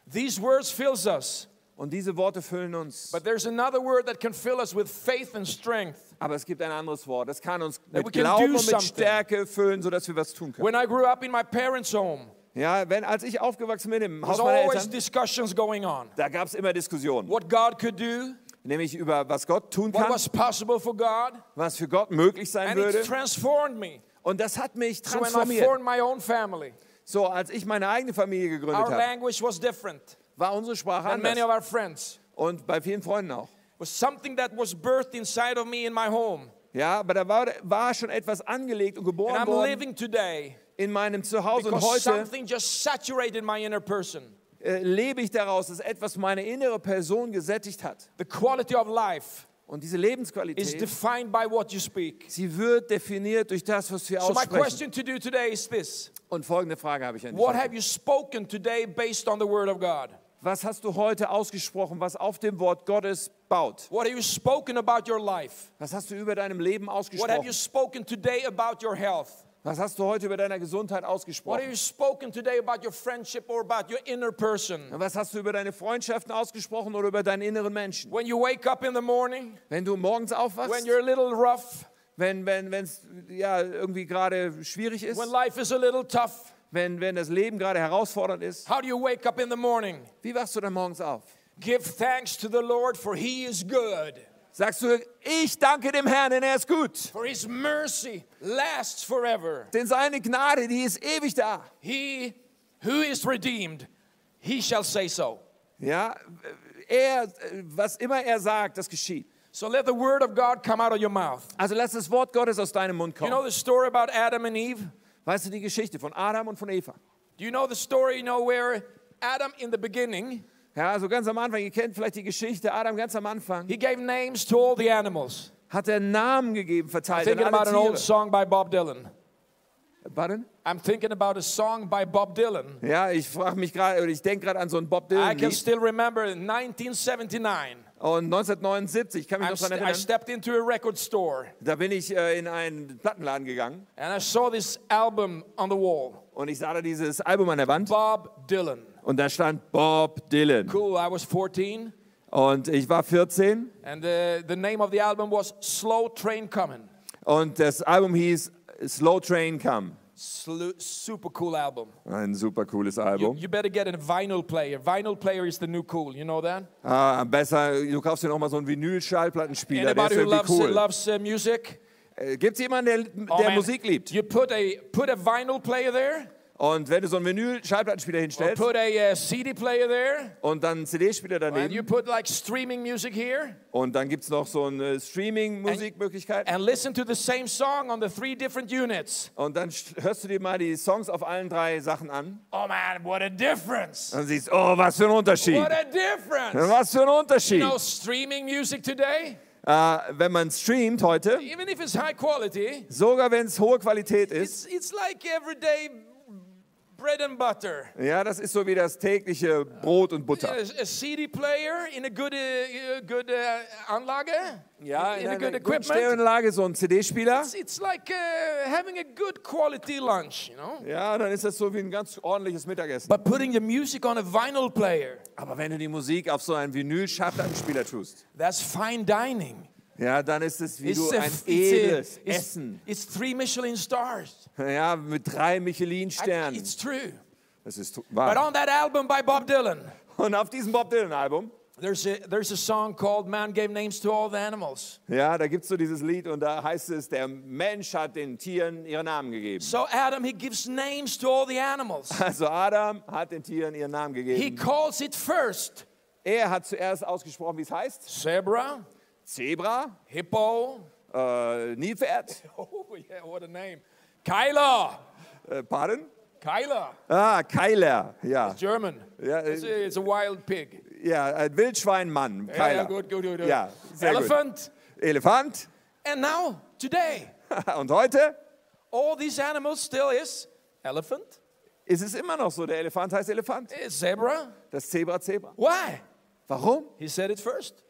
A: These words fills us,
B: Und diese Worte füllen uns.
A: but there's another word that can fill us with faith and strength.
B: Aber es gibt ein anderes Wort, das kann uns
A: we
B: mit
A: can do
B: Glauben und
A: something.
B: mit Stärke füllen, sodass wir was tun können.
A: When I grew up in my parents' home,
B: Ja, wenn, als ich aufgewachsen bin im Haus
A: There's
B: meiner
A: always
B: Eltern,
A: discussions going on.
B: da gab es immer Diskussionen.
A: What God could do,
B: Nämlich über, was Gott tun
A: what
B: kann,
A: was possible for God,
B: was für Gott möglich sein
A: and it
B: würde.
A: transformed me.
B: Und das hat mich
A: So when I
B: transformiert.
A: formed my own family,
B: So, als ich meine eigene Familie gegründet
A: Our
B: habe,
A: language was different
B: war unsere Sprache
A: than many of
B: anders.
A: our friends.
B: Und bei vielen Freunden auch.
A: It was something that was birthed inside of me in my home.
B: Ja, aber da war, war schon etwas angelegt und
A: And
B: geboren
A: I'm
B: worden
A: living today
B: in meinem Zuhause. Und
A: because
B: heute
A: something just saturated my inner person.
B: äh, lebe ich daraus, dass etwas meine innere Person gesättigt hat.
A: The quality of life
B: Und diese
A: is
B: Lebensqualität,
A: defined by what you speak.
B: sie wird definiert durch das, was wir
A: So my
B: aussprechen.
A: question to you today is this.
B: Und folgende Frage habe ich an dich.
A: What have you spoken today based on the word of God?
B: Was hast du heute ausgesprochen, was auf dem Wort Gottes baut?
A: What have you spoken about your life?
B: Was hast du über deinem Leben
A: What have you
B: ausgesprochen?
A: spoken today about your health?
B: Was hast du heute über deiner Gesundheit
A: What
B: ausgesprochen?
A: have you spoken today about your friendship or about your inner person?
B: Was hast du über deine Freundschaften ausgesprochen oder über deinen inneren Menschen?
A: When you wake up in the morning,
B: Wenn du morgens
A: when
B: aufwachst,
A: you're a little rough,
B: wenn wenn wenn's ja irgendwie gerade schwierig ist,
A: when life is a little tough,
B: wenn wenn das Leben gerade herausfordernd ist,
A: how do you wake up in the morning?
B: wie wachst du dann morgens auf?
A: Give thanks to the Lord for he is good,
B: Sagst du, ich danke dem Herrn, denn er ist gut.
A: for his mercy lasts forever.
B: Denn seine Gnade, die ist ewig da.
A: He who is redeemed, he shall say so.
B: Ja, er was immer er sagt, das geschieht.
A: So let the word of God come out of your mouth.
B: Also lass das Wort Gottes aus deinem Mund
A: You know
B: kommen.
A: the story about Adam and Eve?
B: Weißt du die Geschichte von Adam und von Eva?
A: Do you know the story, you know, where Adam in the beginning,
B: Ja, also ganz am Anfang, ihr kennt vielleicht die Geschichte, Adam ganz am Anfang
A: he gave names to all the animals.
B: hat er Namen gegeben, verteilt an
A: Thinking about an
B: alle
A: old
B: Tiere.
A: song by Bob Dylan.
B: Pardon?
A: I'm thinking about a song by Bob Dylan.
B: Ja, ich frage mich gerade, oder ich denke gerade an so einen Bob
A: I
B: Dylan
A: can
B: Lied.
A: still remember in 1979.
B: Und 1979, ich kann mich
A: I'm
B: noch daran
A: st- I
B: erinnern,
A: stepped into a record store
B: da bin ich äh, in einen Plattenladen gegangen
A: and I saw this album on the wall
B: und ich sah da dieses Album an der Wand
A: Bob Dylan.
B: und da stand Bob Dylan.
A: Cool, I was 14
B: Und ich war 14
A: and uh, the, the name of the album was Slow Train Coming.
B: und das Album hieß Slow Train Come.
A: Slu- super cool album.
B: Ein super cooles
A: You,
B: Album.
A: you better get a vinyl player. Vinyl player is the new cool. You know that?
B: Ah, besser, du kaufst dir nochmal so einen Vinyl-Schallplattenspieler, der ist
A: Anybody who
B: irgendwie
A: loves,
B: cool.
A: loves uh, music,
B: Äh, Gibt's jemanden, der,
A: Oh,
B: der
A: man.
B: Musik liebt?
A: you put a put a vinyl player there,
B: Und wenn du so einen Vinyl-Schallplattenspieler
A: or
B: hinstellst
A: put a uh, CD player there,
B: und dann einen CD-Spieler
A: and
B: daneben
A: you put like streaming music here,
B: und dann gibt's noch so eine Streaming-Musikmöglichkeit
A: and listen to the same song on the three different units.
B: und dann sch- hörst du dir mal die Songs auf allen drei Sachen an
A: Oh man, what a difference!
B: und siehst, oh, was für ein Unterschied.
A: What a Genau. difference!
B: Was für ein Unterschied.
A: You know, streaming music today,
B: Äh, wenn man streamt heute,
A: even if it's high quality,
B: sogar wenn es hohe Qualität ist,
A: it's it's like everyday bread and butter.
B: ja, das ist so wie das tägliche Brot und Butter.
A: a, a CD player in a good, uh, uh, good uh, Anlage,
B: Ja,
A: in,
B: in
A: a good
B: einer guten
A: equipment.
B: Stereoanlage, so ein CD-Spieler.
A: It's, it's like uh, having a good quality lunch, you know.
B: Ja, dann ist das so wie ein ganz ordentliches Mittagessen.
A: But putting the music on a vinyl player,
B: Aber wenn du die Musik auf so einen Vinyl-Schallplattenspieler tust,
A: that's fine dining.
B: ja, dann ist es wie
A: It's,
B: du
A: a-
B: ein
A: it's a-
B: edles
A: it's-
B: Essen.
A: it's three Michelin stars.
B: Ja, mit drei
A: I-
B: Michelin-Sternen.
A: it's true.
B: Das ist tu-
A: But
B: wahr.
A: on that album by Bob Dylan,
B: Und auf diesem Bob Dylan-Album,
A: there's a, there's a song called Man Gave Names to All the Animals.
B: ja, da gibt es so dieses Lied und da heißt es, der Mensch hat den Tieren ihre Namen gegeben.
A: So Adam, he gives names to all the animals.
B: Also Adam hat den Tieren ihren Namen
A: He
B: gegeben.
A: calls it first
B: Er hat zuerst ausgesprochen, wie es heißt.
A: zebra,
B: Zebra,
A: hippo,
B: äh, Nilpferd,
A: Oh, yeah, what a name. Kyla.
B: äh, Pardon?
A: Kyla.
B: Ah, Keiler, ja.
A: German.
B: Ja,
A: it's, a, it's a wild pig.
B: Ja, ein Wildschweinmann,
A: Yeah, yeah,
B: Keiler.
A: good, good, good. good.
B: Ja, sehr gut.
A: Elephant.
B: Elefant.
A: And now, today,
B: Und heute
A: all these animals still is elephant,
B: ist es immer noch so, der Elefant heißt Elefant,
A: eh, zebra.
B: das Zebra Zebra.
A: Why?
B: Warum?
A: He said it first.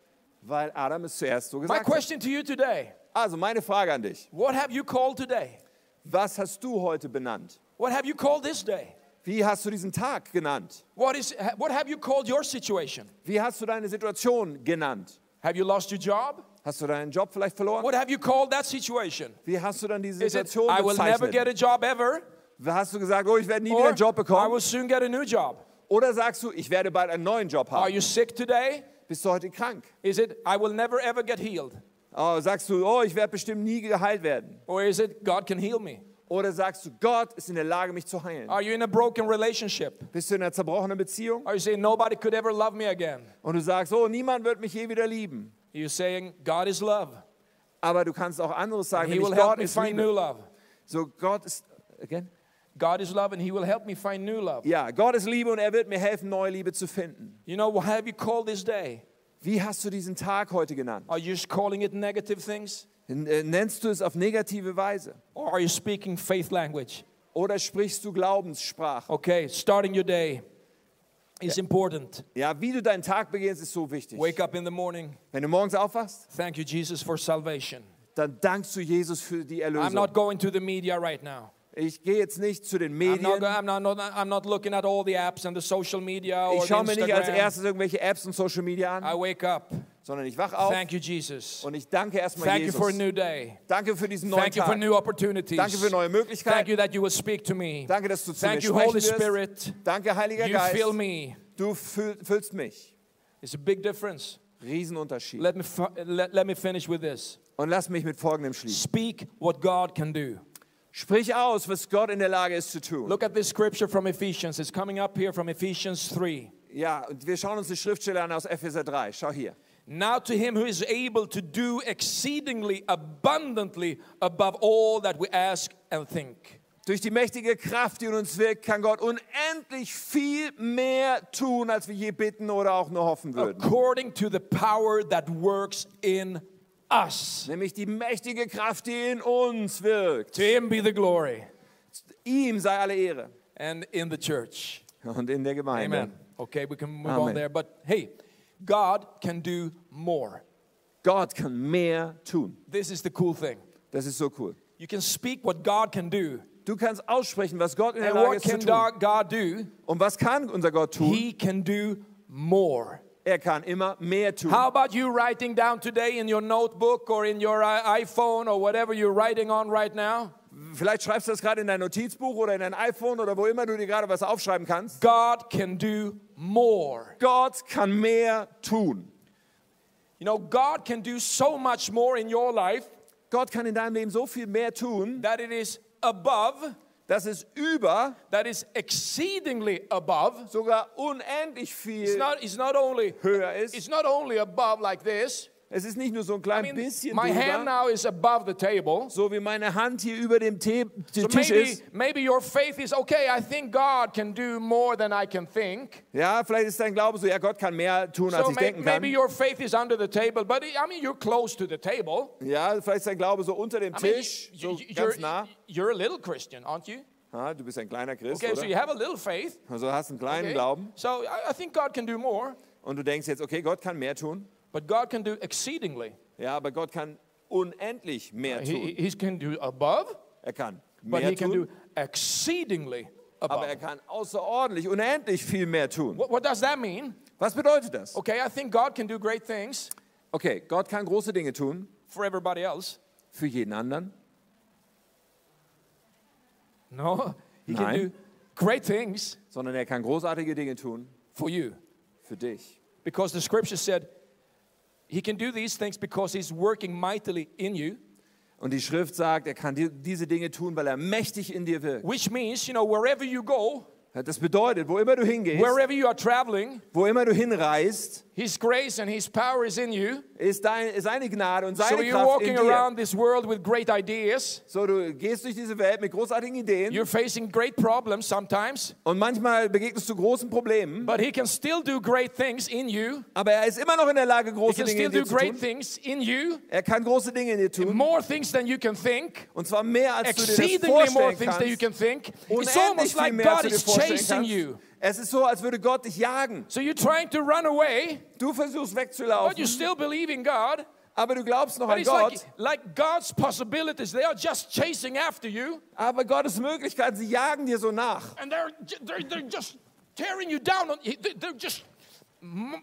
B: Weil Adam es zuerst so
A: My
B: gesagt hat.
A: question to you today
B: Also meine Frage an dich.
A: what have you called today?
B: Was hast du heute benannt?
A: What have you called this day?
B: Wie hast du diesen Tag genannt?
A: What, is, ha- what have you called your situation?
B: Wie hast du deine Situation genannt?
A: Have you lost your job?
B: Hast du deinen Job vielleicht verloren?
A: What have you called that situation?
B: Wie hast du dann diese
A: Is it,
B: Situation
A: I will never
B: bezeichnet?
A: get a job ever?
B: Hast du gesagt, oh, ich werde nie wieder
A: Or,
B: einen Job
A: I
B: bekommen?
A: will soon get a new job.
B: Oder sagst du, ich werde bald einen neuen Job
A: Are
B: haben?
A: you sick today?
B: Bist du heute krank?
A: Is it I will never ever get healed?
B: Oh, sagst du, oh, ich werde bestimmt nie geheilt werden?
A: Or is it God can heal me?
B: Oder sagst du, Gott ist in der Lage, mich zu heilen?
A: Are you in a broken relationship?
B: Bist du in einer zerbrochenen Beziehung?
A: Are you saying nobody could ever love me again?
B: Und du sagst, oh, niemand wird mich je wieder lieben.
A: You're saying God is love.
B: Aber du kannst auch anderes sagen,
A: He
B: nämlich
A: will help
B: Gott
A: me
B: ist
A: find new
B: Liebe.
A: love.
B: So Gott ist, again?
A: God is love and He will help me find new love.
B: Ja, Gott ist Liebe und er wird mir helfen, neue Liebe zu finden.
A: You know, what have you called this day?
B: Wie hast du diesen Tag heute genannt?
A: Are you just calling it negative things?
B: N- äh, Nennst du es auf negative Weise?
A: Or are you speaking faith language?
B: Oder sprichst du Glaubenssprache?
A: Okay, starting your day is important.
B: Ja, wie du deinen Tag begehst, ist so wichtig.
A: Wake up in the morning.
B: Wenn du morgens aufwachst,
A: Thank you, Jesus, for salvation.
B: dann dankst du Jesus für die
A: I'm
B: Erlösung.
A: not going to the media right now.
B: Ich gehe jetzt nicht zu den
A: I'm not,
B: Medien.
A: go- I'm, not, not- I'm not looking at all the apps and the social media or
B: Ich
A: the
B: schaue mir nicht als
A: Instagram.
B: erstes irgendwelche Apps und Social Media an,
A: I wake up.
B: sondern ich wach auf
A: Thank you, Jesus.
B: und ich danke erstmal
A: Thank you for a
B: Jesus.
A: new day.
B: Danke für diesen neuen
A: Thank you for
B: Tag.
A: new opportunities.
B: Danke für neue
A: Thank
B: Möglichkeiten.
A: you that you will speak to me.
B: Danke, dass du zu mir
A: Thank you,
B: sprechen
A: Holy
B: wirst.
A: Spirit.
B: Danke, Heiliger
A: You fill
B: Geist.
A: me.
B: Du füll- füllst mich.
A: It's a big difference.
B: Riesenunterschied.
A: Let me, fi- let, let me finish with this.
B: Und lass mich mit Folgendem schließen.
A: Speak what God can do.
B: Sprich aus, was Gott in der Lage ist zu tun.
A: Look at this scripture from Ephesians. It's coming up here from Ephesians 3.
B: Ja, und wir schauen uns eine Schriftstelle an aus Epheser 3. Schau hier.
A: Now to him who is able to do exceedingly abundantly above all that we ask and think.
B: Durch die mächtige Kraft, die in uns wirkt, kann Gott unendlich viel mehr tun, als wir je bitten oder auch nur hoffen
A: Oh
B: würden.
A: According to the power that works in us.
B: Nämlich die mächtige Kraft, die in uns wirkt.
A: To him be the glory
B: Ihm sei alle Ehre.
A: and in the church.
B: Und in der Gemeinde.
A: Amen. Okay, we can move on
B: Amen.
A: there. But hey, God can do more.
B: Gott kann mehr tun.
A: This is the cool thing.
B: Das ist so cool.
A: You can speak what God can do.
B: Du kannst aussprechen, was Gott in der
A: And
B: Lage
A: what
B: ist zu
A: can
B: tun.
A: God God do?
B: Und was kann unser Gott tun?
A: He can do more.
B: Er kann immer mehr tun.
A: How about you writing down today in your notebook or in your i- iPhone or whatever you're writing on right now?
B: Vielleicht schreibst du das gerade in dein Notizbuch oder in dein iPhone oder wo immer du dir gerade was aufschreiben kannst.
A: God can do more.
B: Gott kann mehr tun.
A: You know, God can do so much more in your life
B: Gott kann in deinem Leben so viel mehr tun,
A: that it is above,
B: dass es über
A: that is exceedingly above.
B: sogar unendlich
A: It's
B: viel
A: not, it's not only
B: höher ist.
A: it's not only above like this.
B: Es ist nicht nur so ein
A: I
B: klein
A: mean,
B: bisschen
A: my hand
B: drüber,
A: now is above the table.
B: so wie meine Hand hier über dem Te
A: So
B: Tisch
A: maybe,
B: ist.
A: maybe your faith is okay, I think God can do more than I can think.
B: Ja, vielleicht ist dein Glaube so, ja, Gott kann mehr tun, als
A: So
B: ich
A: may-
B: denken
A: maybe
B: kann.
A: your faith is under the table, but I mean, you're close to the table.
B: Ja, vielleicht ist dein Glaube so unter dem
A: I mean,
B: Tisch,
A: you-
B: so
A: you- you're,
B: ganz nah.
A: you're a little Christian, aren't you?
B: Ja, du bist ein kleiner Christ,
A: Okay, so you
B: oder?
A: have a little faith.
B: Also hast einen kleinen
A: okay?
B: Glauben
A: So I, I think God can do more,
B: und du denkst jetzt, okay, Gott kann mehr tun.
A: but God can do exceedingly.
B: Ja, aber Gott kann unendlich mehr
A: He,
B: tun.
A: he can do above,
B: Er kann
A: but
B: mehr
A: He can
B: tun,
A: do exceedingly
B: aber er
A: above.
B: kann außerordentlich, unendlich viel mehr tun.
A: What, what does that mean?
B: Was bedeutet das?
A: Okay, I think God can do great things
B: Okay, Gott kann große Dinge tun
A: for everybody else.
B: für jeden anderen.
A: No, He can
B: Nein.
A: do great things
B: sondern er kann großartige Dinge tun
A: for you.
B: für dich.
A: Because the scripture said, He can do these things because He's working mightily in you,
B: Und die Schrift sagt, er kann die, diese Dinge tun, weil er mächtig in dir wirkt.
A: which means, you know, wherever you go,
B: Das bedeutet, wo immer du hingehst,
A: wherever you are traveling,
B: wo immer du hinreist,
A: His grace and His power is in you.
B: ist, dein, ist seine Gnade und
A: So
B: seine
A: you're
B: Kraft in
A: walking
B: dir.
A: around this world with great ideas.
B: So, du gehst durch diese Welt mit großartigen Ideen
A: You're facing great problems sometimes,
B: und manchmal begegnest du großen Problemen,
A: but He can still do great things in you.
B: aber er ist immer noch in der Lage,
A: He
B: große
A: can
B: Dinge
A: still
B: in
A: do
B: dir zu
A: great
B: tun.
A: things in you.
B: Er kann große Dinge in dir tun
A: More things than you can think,
B: und zwar mehr, als du dir das
A: exceedingly more
B: vorstellen
A: things than you
B: kannst.
A: can think. It's
B: Unendlich
A: almost
B: viel
A: like
B: mehr, als
A: God
B: du dir
A: is
B: vorstellen
A: chasing you.
B: kannst. Es ist so, als würde Gott dich jagen.
A: So you're trying to run away,
B: Du versuchst
A: but
B: wegzulaufen,
A: you still believe in God.
B: aber du glaubst noch
A: But
B: an
A: it's
B: Gott.
A: like, like God's possibilities, they are just chasing after you,
B: Aber Gottes Möglichkeiten, sie jagen dir so nach.
A: and they're, ju- they're, they're just tearing you down. on- they- They're just. m-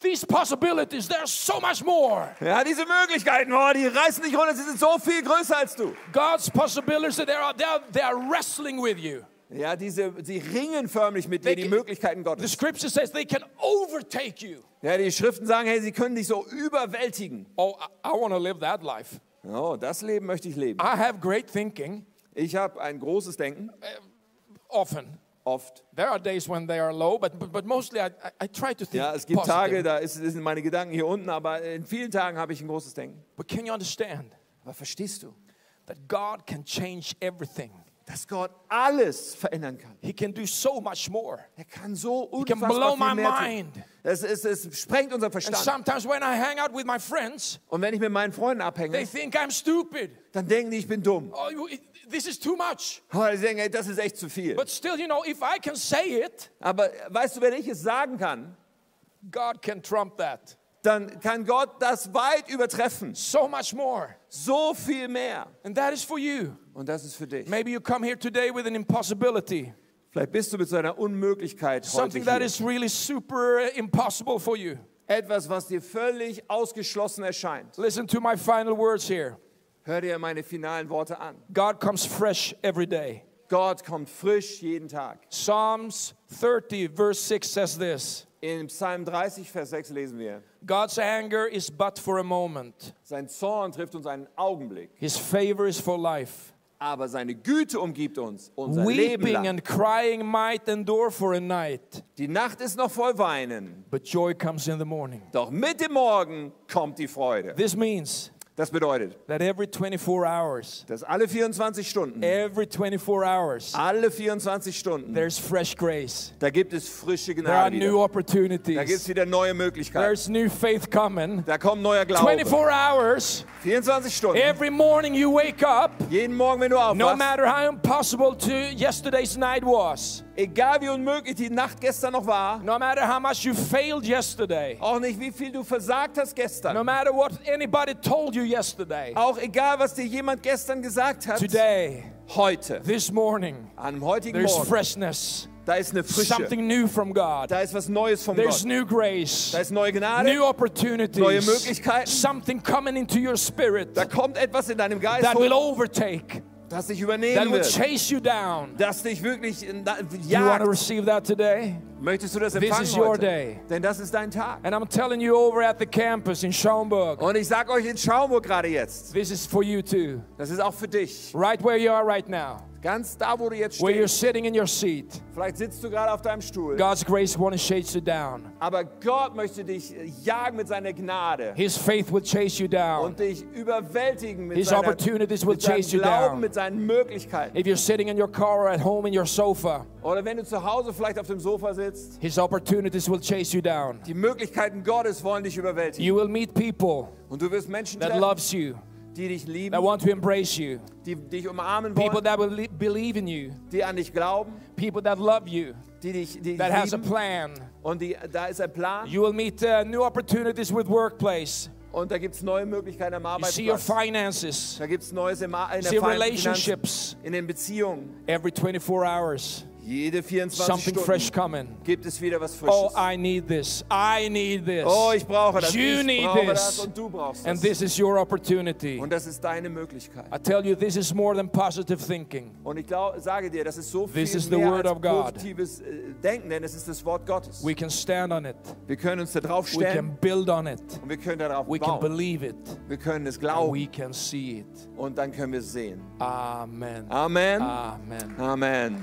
A: These possibilities, there's so much more.
B: Ja, diese Möglichkeiten, oh, die reißen dich runter, sie sind so viel größer als du.
A: God's possibilities, they are, they are, they are wrestling with you.
B: Ja, diese, sie ringen förmlich mit dir,
A: They
B: die
A: can-
B: Möglichkeiten
A: The
B: Gottes.
A: scripture says they can overtake you.
B: Ja, die Schriften sagen, hey, sie können dich so überwältigen.
A: Oh, I, I want to live that life.
B: Oh, das Leben möchte ich leben.
A: I have great thinking,
B: Ich habe ein großes Denken,
A: often.
B: oft.
A: There are days when they are low, but, but, but mostly I, I, I try to think
B: Ja, es gibt
A: positive.
B: Tage, da ist, sind meine Gedanken hier unten, aber in vielen Tagen habe ich ein großes Denken.
A: But can you understand
B: Aber verstehst du,
A: that God can change everything?
B: dass Gott alles verändern kann?
A: He can do so much more.
B: Er kann so
A: can blow
B: unfassbar
A: my
B: viel mehr
A: mind.
B: tun. Es, es, es sprengt unseren
A: And
B: Verstand.
A: sometimes when I hang out with my friends,
B: Und wenn ich mit meinen Freunden
A: they
B: abhänge,
A: think I'm stupid.
B: dann denken die, ich bin dumm.
A: Oh, you, it, this is too much.
B: Aber die denken, ey, das ist echt zu viel.
A: But still, you know, if I can say it,
B: Aber weißt du, wenn ich es sagen kann,
A: God can trump that.
B: dann kann Gott das weit übertreffen.
A: So much more.
B: So viel mehr.
A: And that is for you.
B: Und das ist für dich.
A: Maybe you come here today with an impossibility,
B: Vielleicht bist du mit so einer Unmöglichkeit heute
A: something that
B: hier.
A: is really super impossible for you.
B: Etwas, was dir völlig ausgeschlossen erscheint.
A: Listen to my final words here.
B: Hör dir meine finalen Worte an.
A: God comes fresh every day.
B: Gott kommt frisch jeden Tag.
A: Psalms 30, verse 6 says this
B: In Psalm 30, Vers 6 lesen wir,
A: God's anger is but for a moment,
B: sein Zorn trifft uns einen Augenblick,
A: His favor is for life.
B: aber seine Güte umgibt uns unser Leben
A: Weeping
B: lang.
A: and crying might endure for a night,
B: Die Nacht ist noch voll Weinen,
A: but joy comes in the morning.
B: doch mit dem Morgen kommt die Freude.
A: This means
B: Das bedeutet,
A: that every 24 hours,
B: dass alle 24 Stunden,
A: every 24 hours,
B: alle 24 Stunden,
A: there's fresh grace.
B: da gibt es frische
A: There are
B: Gnade
A: new
B: wieder. Da gibt
A: opportunities.
B: es wieder neue Möglichkeiten.
A: There's new faith coming.
B: Da kommt neuer Glaube.
A: 24 hours,
B: 24 Stunden.
A: every morning you wake up,
B: Jeden Morgen, wenn du
A: no
B: aufwachst,
A: matter how impossible to yesterday's night was,
B: egal wie unmöglich die Nacht gestern noch war,
A: no matter how much you failed yesterday,
B: auch nicht wie viel du versagt hast gestern,
A: no matter what anybody told you yesterday,
B: Auch egal, was dir jemand gestern gesagt hat,
A: today,
B: heute,
A: this morning,
B: an dem heutigen
A: there's
B: Morgen,
A: freshness,
B: da ist eine Frische,
A: something new from God.
B: da ist was Neues vom
A: There's
B: Gott,
A: new grace,
B: da ist neue Gnade,
A: new opportunities,
B: neue Möglichkeiten.
A: something coming into your spirit
B: da kommt etwas in deinem Geist,
A: that will
B: hoch,
A: overtake,
B: das dich
A: that
B: übernehmen
A: will
B: wird,
A: chase you down.
B: das dich wirklich in- na-
A: You want to
B: jagt.
A: receive that today?
B: Möchtest du das
A: This
B: empfangen
A: is your
B: heute?
A: day.
B: Denn das ist dein Tag.
A: And I'm telling you over at the campus in Schaumburg,
B: Und ich sag euch in Schaumburg gerade jetzt,
A: this is for you too.
B: das ist auch für dich,
A: Right where you are right now,
B: ganz da, wo du jetzt
A: where you're
B: stehst,
A: sitting in your seat,
B: vielleicht sitzt du gerade auf deinem Stuhl,
A: God's grace won't chase you down.
B: aber Gott möchte dich äh, jagen mit seiner Gnade.
A: His faith will chase you down.
B: und dich überwältigen mit,
A: His
B: seiner,
A: opportunities will
B: mit seinem
A: chase you
B: Glauben,
A: down.
B: mit seinen Möglichkeiten.
A: If you're sitting in your car or at home in your sofa,
B: Oder wenn du zu Hause vielleicht auf dem Sofa sitzt,
A: His opportunities will chase you down.
B: die Möglichkeiten Gottes wollen dich überwältigen.
A: You will meet people
B: Und du wirst Menschen
A: that
B: treffen,
A: loves you,
B: die dich
A: that
B: lieben,
A: want to embrace you,
B: die dich umarmen
A: people
B: wollen,
A: that will li- believe in you,
B: die an dich glauben,
A: people that love you,
B: die dich, die dich
A: that has a
B: lieben.
A: plan.
B: Und die, da ist ein Plan
A: You will meet uh, new opportunities with workplace.
B: und da gibt es neue Möglichkeiten am
A: You see your
B: Arbeitsplatz.
A: finances.
B: Da gibt es Neues im, Ar- in
A: You
B: der
A: see
B: Finanz,
A: relationships.
B: in den Beziehungen.
A: Every 24 hours,
B: Jede 24
A: something
B: Stunden
A: fresh coming.
B: gibt es wieder was
A: Oh,
B: Frisches.
A: I need this. I need this.
B: Oh, ich brauche das,
A: You
B: ich
A: need
B: brauche
A: this.
B: das und du brauchst
A: And
B: das.
A: this is your opportunity.
B: Und das ist deine Möglichkeit.
A: I tell you, this is more than positive thinking.
B: Und ich glaub, sage dir, das ist so viel
A: This is the
B: mehr
A: word
B: als
A: of God.
B: positives äh, Denken, denn es ist das Wort Gottes.
A: We can stand on it.
B: wir können uns da drauf
A: We can
B: stellen
A: build on it.
B: und wir können darauf
A: We can
B: bauen.
A: believe it.
B: Wir können es
A: And
B: glauben
A: we can see it.
B: und dann können wir es sehen.
A: Amen.
B: Amen.
A: Ah. Amen.
B: Amen.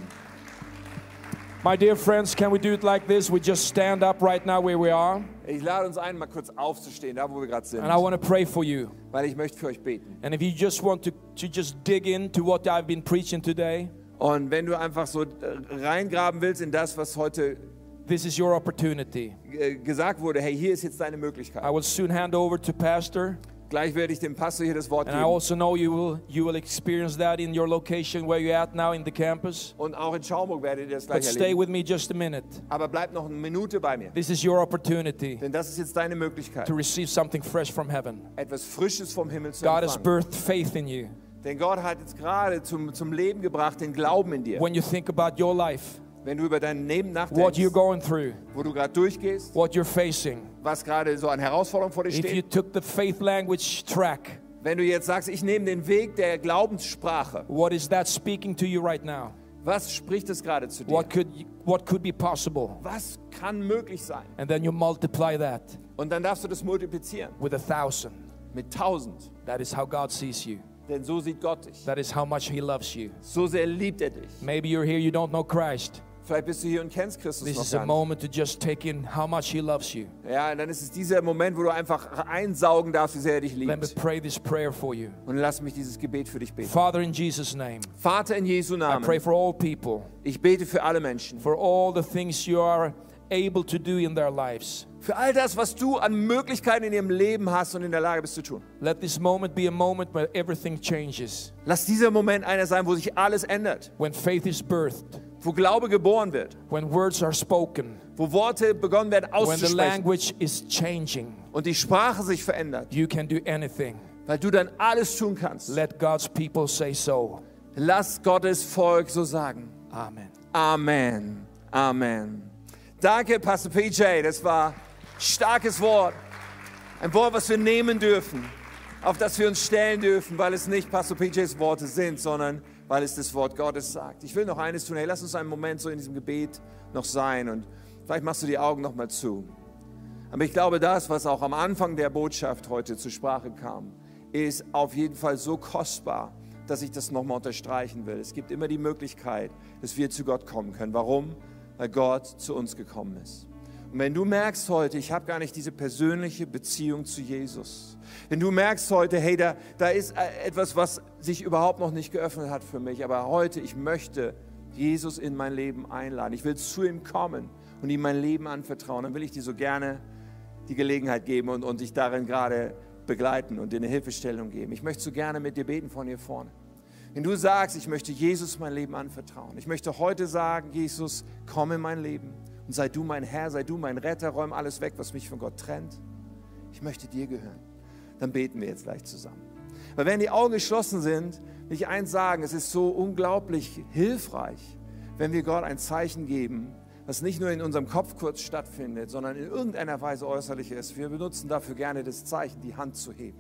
A: My dear friends, can we do it like this? We just stand up right now where we are.
B: Ich lade uns ein, mal kurz aufzustehen, da wo wir gerade sind,
A: And I want to pray for you.
B: weil ich möchte für euch beten.
A: And if you just want to, to just dig into what I've been preaching today,
B: Und wenn du einfach so äh, reingraben willst in das, was heute
A: this is your opportunity.
B: äh, gesagt wurde, hey, hier ist jetzt deine
A: I
B: Möglichkeit.
A: will soon hand over to Pastor,
B: Gleich werde ich dem Pastor hier das Wort
A: and I
B: geben.
A: also know you will you will experience that in your location where you're at now in the campus.
B: Und auch in Schaumburg werdet ihr das
A: But
B: gleich
A: stay
B: erleben.
A: with me just a minute.
B: Aber bleib noch eine Minute bei mir,
A: This is your opportunity
B: denn das ist jetzt deine Möglichkeit.
A: to receive something fresh from heaven.
B: etwas Frisches vom Himmel zu
A: God has
B: empfangen.
A: birthed faith in you.
B: Denn Gott hat jetzt gerade zum, zum Leben gebracht den Glauben in dir.
A: When you think about your life,
B: Wenn du über dein Leben
A: what you're
B: nachdenkst,
A: going through,
B: wo du gerade durchgehst,
A: what you're facing,
B: was gerade so an Herausforderungen vor dir
A: if you
B: steht,
A: took the faith language track,
B: wenn du jetzt sagst, ich nehme den Weg der Glaubenssprache,
A: what is that speaking to you right now?
B: was spricht es gerade zu dir?
A: What could what could be possible?
B: Was kann möglich sein?
A: And then you multiply that
B: Und dann darfst du das multiplizieren
A: with a thousand.
B: mit 1000.
A: That is how God sees you.
B: Denn so sieht Gott dich.
A: That is how much He loves you.
B: So sehr liebt er dich.
A: Maybe you're here, you don't know Christ.
B: Vielleicht bist du hier und kennst Christus
A: This
B: noch
A: is a
B: gar nicht.
A: moment to just take in how much He loves you.
B: Ja, und dann ist es dieser Moment, wo du einfach einsaugen darfst, wie sehr er dich
A: Let me
B: liebt.
A: pray this prayer for you.
B: Und lass mich dieses Gebet für dich beten.
A: Father, in Jesus' name,
B: Vater in Jesu
A: I pray
B: Namen,
A: for all people,
B: ich bete für alle Menschen.
A: for all the things you are able to do in their lives.
B: Für all das, was du an Möglichkeiten in ihrem Leben hast und in der Lage bist zu tun.
A: Let this moment be a moment where everything changes,
B: Lass dieser Moment einer sein, wo sich alles ändert.
A: when faith is birthed,
B: Wo Glaube geboren wird.
A: when words are spoken,
B: Wo Worte begonnen werden
A: when the
B: auszusprechen.
A: language is changing.
B: Und die Sprache sich verändert.
A: You can do anything.
B: Weil du dann alles tun kannst.
A: Let God's people say so.
B: Lass Gottes Volk so sagen.
A: Amen.
B: Amen. Amen. Danke, Pastor PJ. Das war starkes Wort. Ein Wort, was wir nehmen dürfen, auf das wir uns stellen dürfen, weil es nicht Pastor PJs Worte sind, sondern weil es das Wort Gottes sagt. Ich will noch eines tun. Hey, lass uns einen Moment so in diesem Gebet noch sein und vielleicht machst du die Augen noch mal zu. Aber ich glaube, das, was auch am Anfang der Botschaft heute zur Sprache kam, ist auf jeden Fall so kostbar, dass ich das nochmal unterstreichen will. Es gibt immer die Möglichkeit, dass wir zu Gott kommen können. Warum? Weil Gott zu uns gekommen ist. Und wenn du merkst heute, ich habe gar nicht diese persönliche Beziehung zu Jesus, wenn du merkst heute, hey, da, da ist äh, etwas, was sich überhaupt noch nicht geöffnet hat für mich, aber heute, ich möchte Jesus in mein Leben einladen. Ich will zu ihm kommen und ihm mein Leben anvertrauen. Dann will ich dir so gerne die Gelegenheit geben und, und dich darin gerade begleiten und dir eine Hilfestellung geben. Ich möchte so gerne mit dir beten von hier vorne. Wenn du sagst, ich möchte Jesus mein Leben anvertrauen, ich möchte heute sagen, Jesus, komm in mein Leben und sei du mein Herr, sei du mein Retter, räum alles weg, was mich von Gott trennt. Ich möchte dir gehören. Dann beten wir jetzt gleich zusammen. Weil wenn die Augen geschlossen sind, will ich eins sagen, es ist so unglaublich hilfreich, wenn wir Gott ein Zeichen geben, das nicht nur in unserem Kopf kurz stattfindet, sondern in irgendeiner Weise äußerlich ist. Wir benutzen dafür gerne das Zeichen, die Hand zu heben.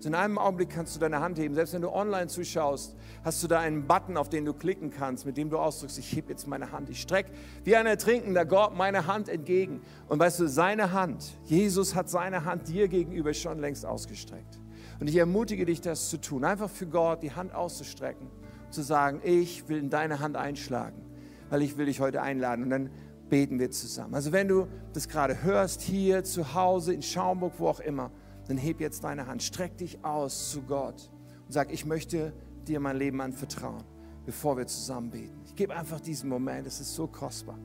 B: So in einem Augenblick kannst du deine Hand heben. Selbst wenn du online zuschaust, hast du da einen Button, auf den du klicken kannst, mit dem du ausdrückst, ich hebe jetzt meine Hand. Ich strecke wie ein Ertrinkender Gott meine Hand entgegen. Und weißt du, seine Hand, Jesus hat seine Hand dir gegenüber schon längst ausgestreckt. Und ich ermutige dich, das zu tun. Einfach für Gott die Hand auszustrecken, zu sagen, ich will in deine Hand einschlagen weil ich will dich heute einladen und dann beten wir zusammen. Also wenn du das gerade hörst, hier zu Hause, in Schaumburg, wo auch immer, dann heb jetzt deine Hand, streck dich aus zu Gott und sag, ich möchte dir mein Leben anvertrauen, bevor wir zusammen beten. Ich gebe einfach diesen Moment, es ist so kostbar,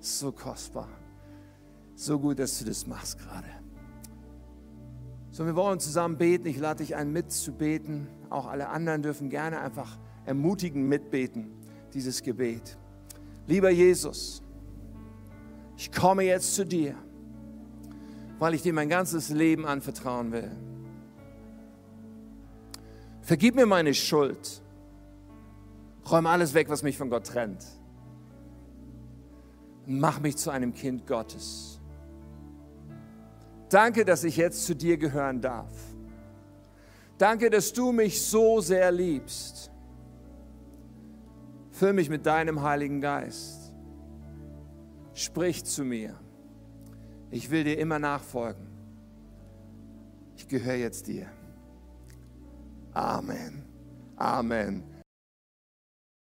B: so kostbar. So gut, dass du das machst gerade. So, wir wollen zusammen beten. Ich lade dich ein, mitzubeten. Auch alle anderen dürfen gerne einfach ermutigen mitbeten, dieses Gebet. Lieber Jesus, ich komme jetzt zu dir, weil ich dir mein ganzes Leben anvertrauen will. Vergib mir meine Schuld. Räum alles weg, was mich von Gott trennt. Mach mich zu einem Kind Gottes. Danke, dass ich jetzt zu dir gehören darf. Danke, dass du mich so sehr liebst. Füll mich mit deinem Heiligen Geist. Sprich zu mir. Ich will dir immer nachfolgen. Ich gehöre jetzt dir. Amen. Amen.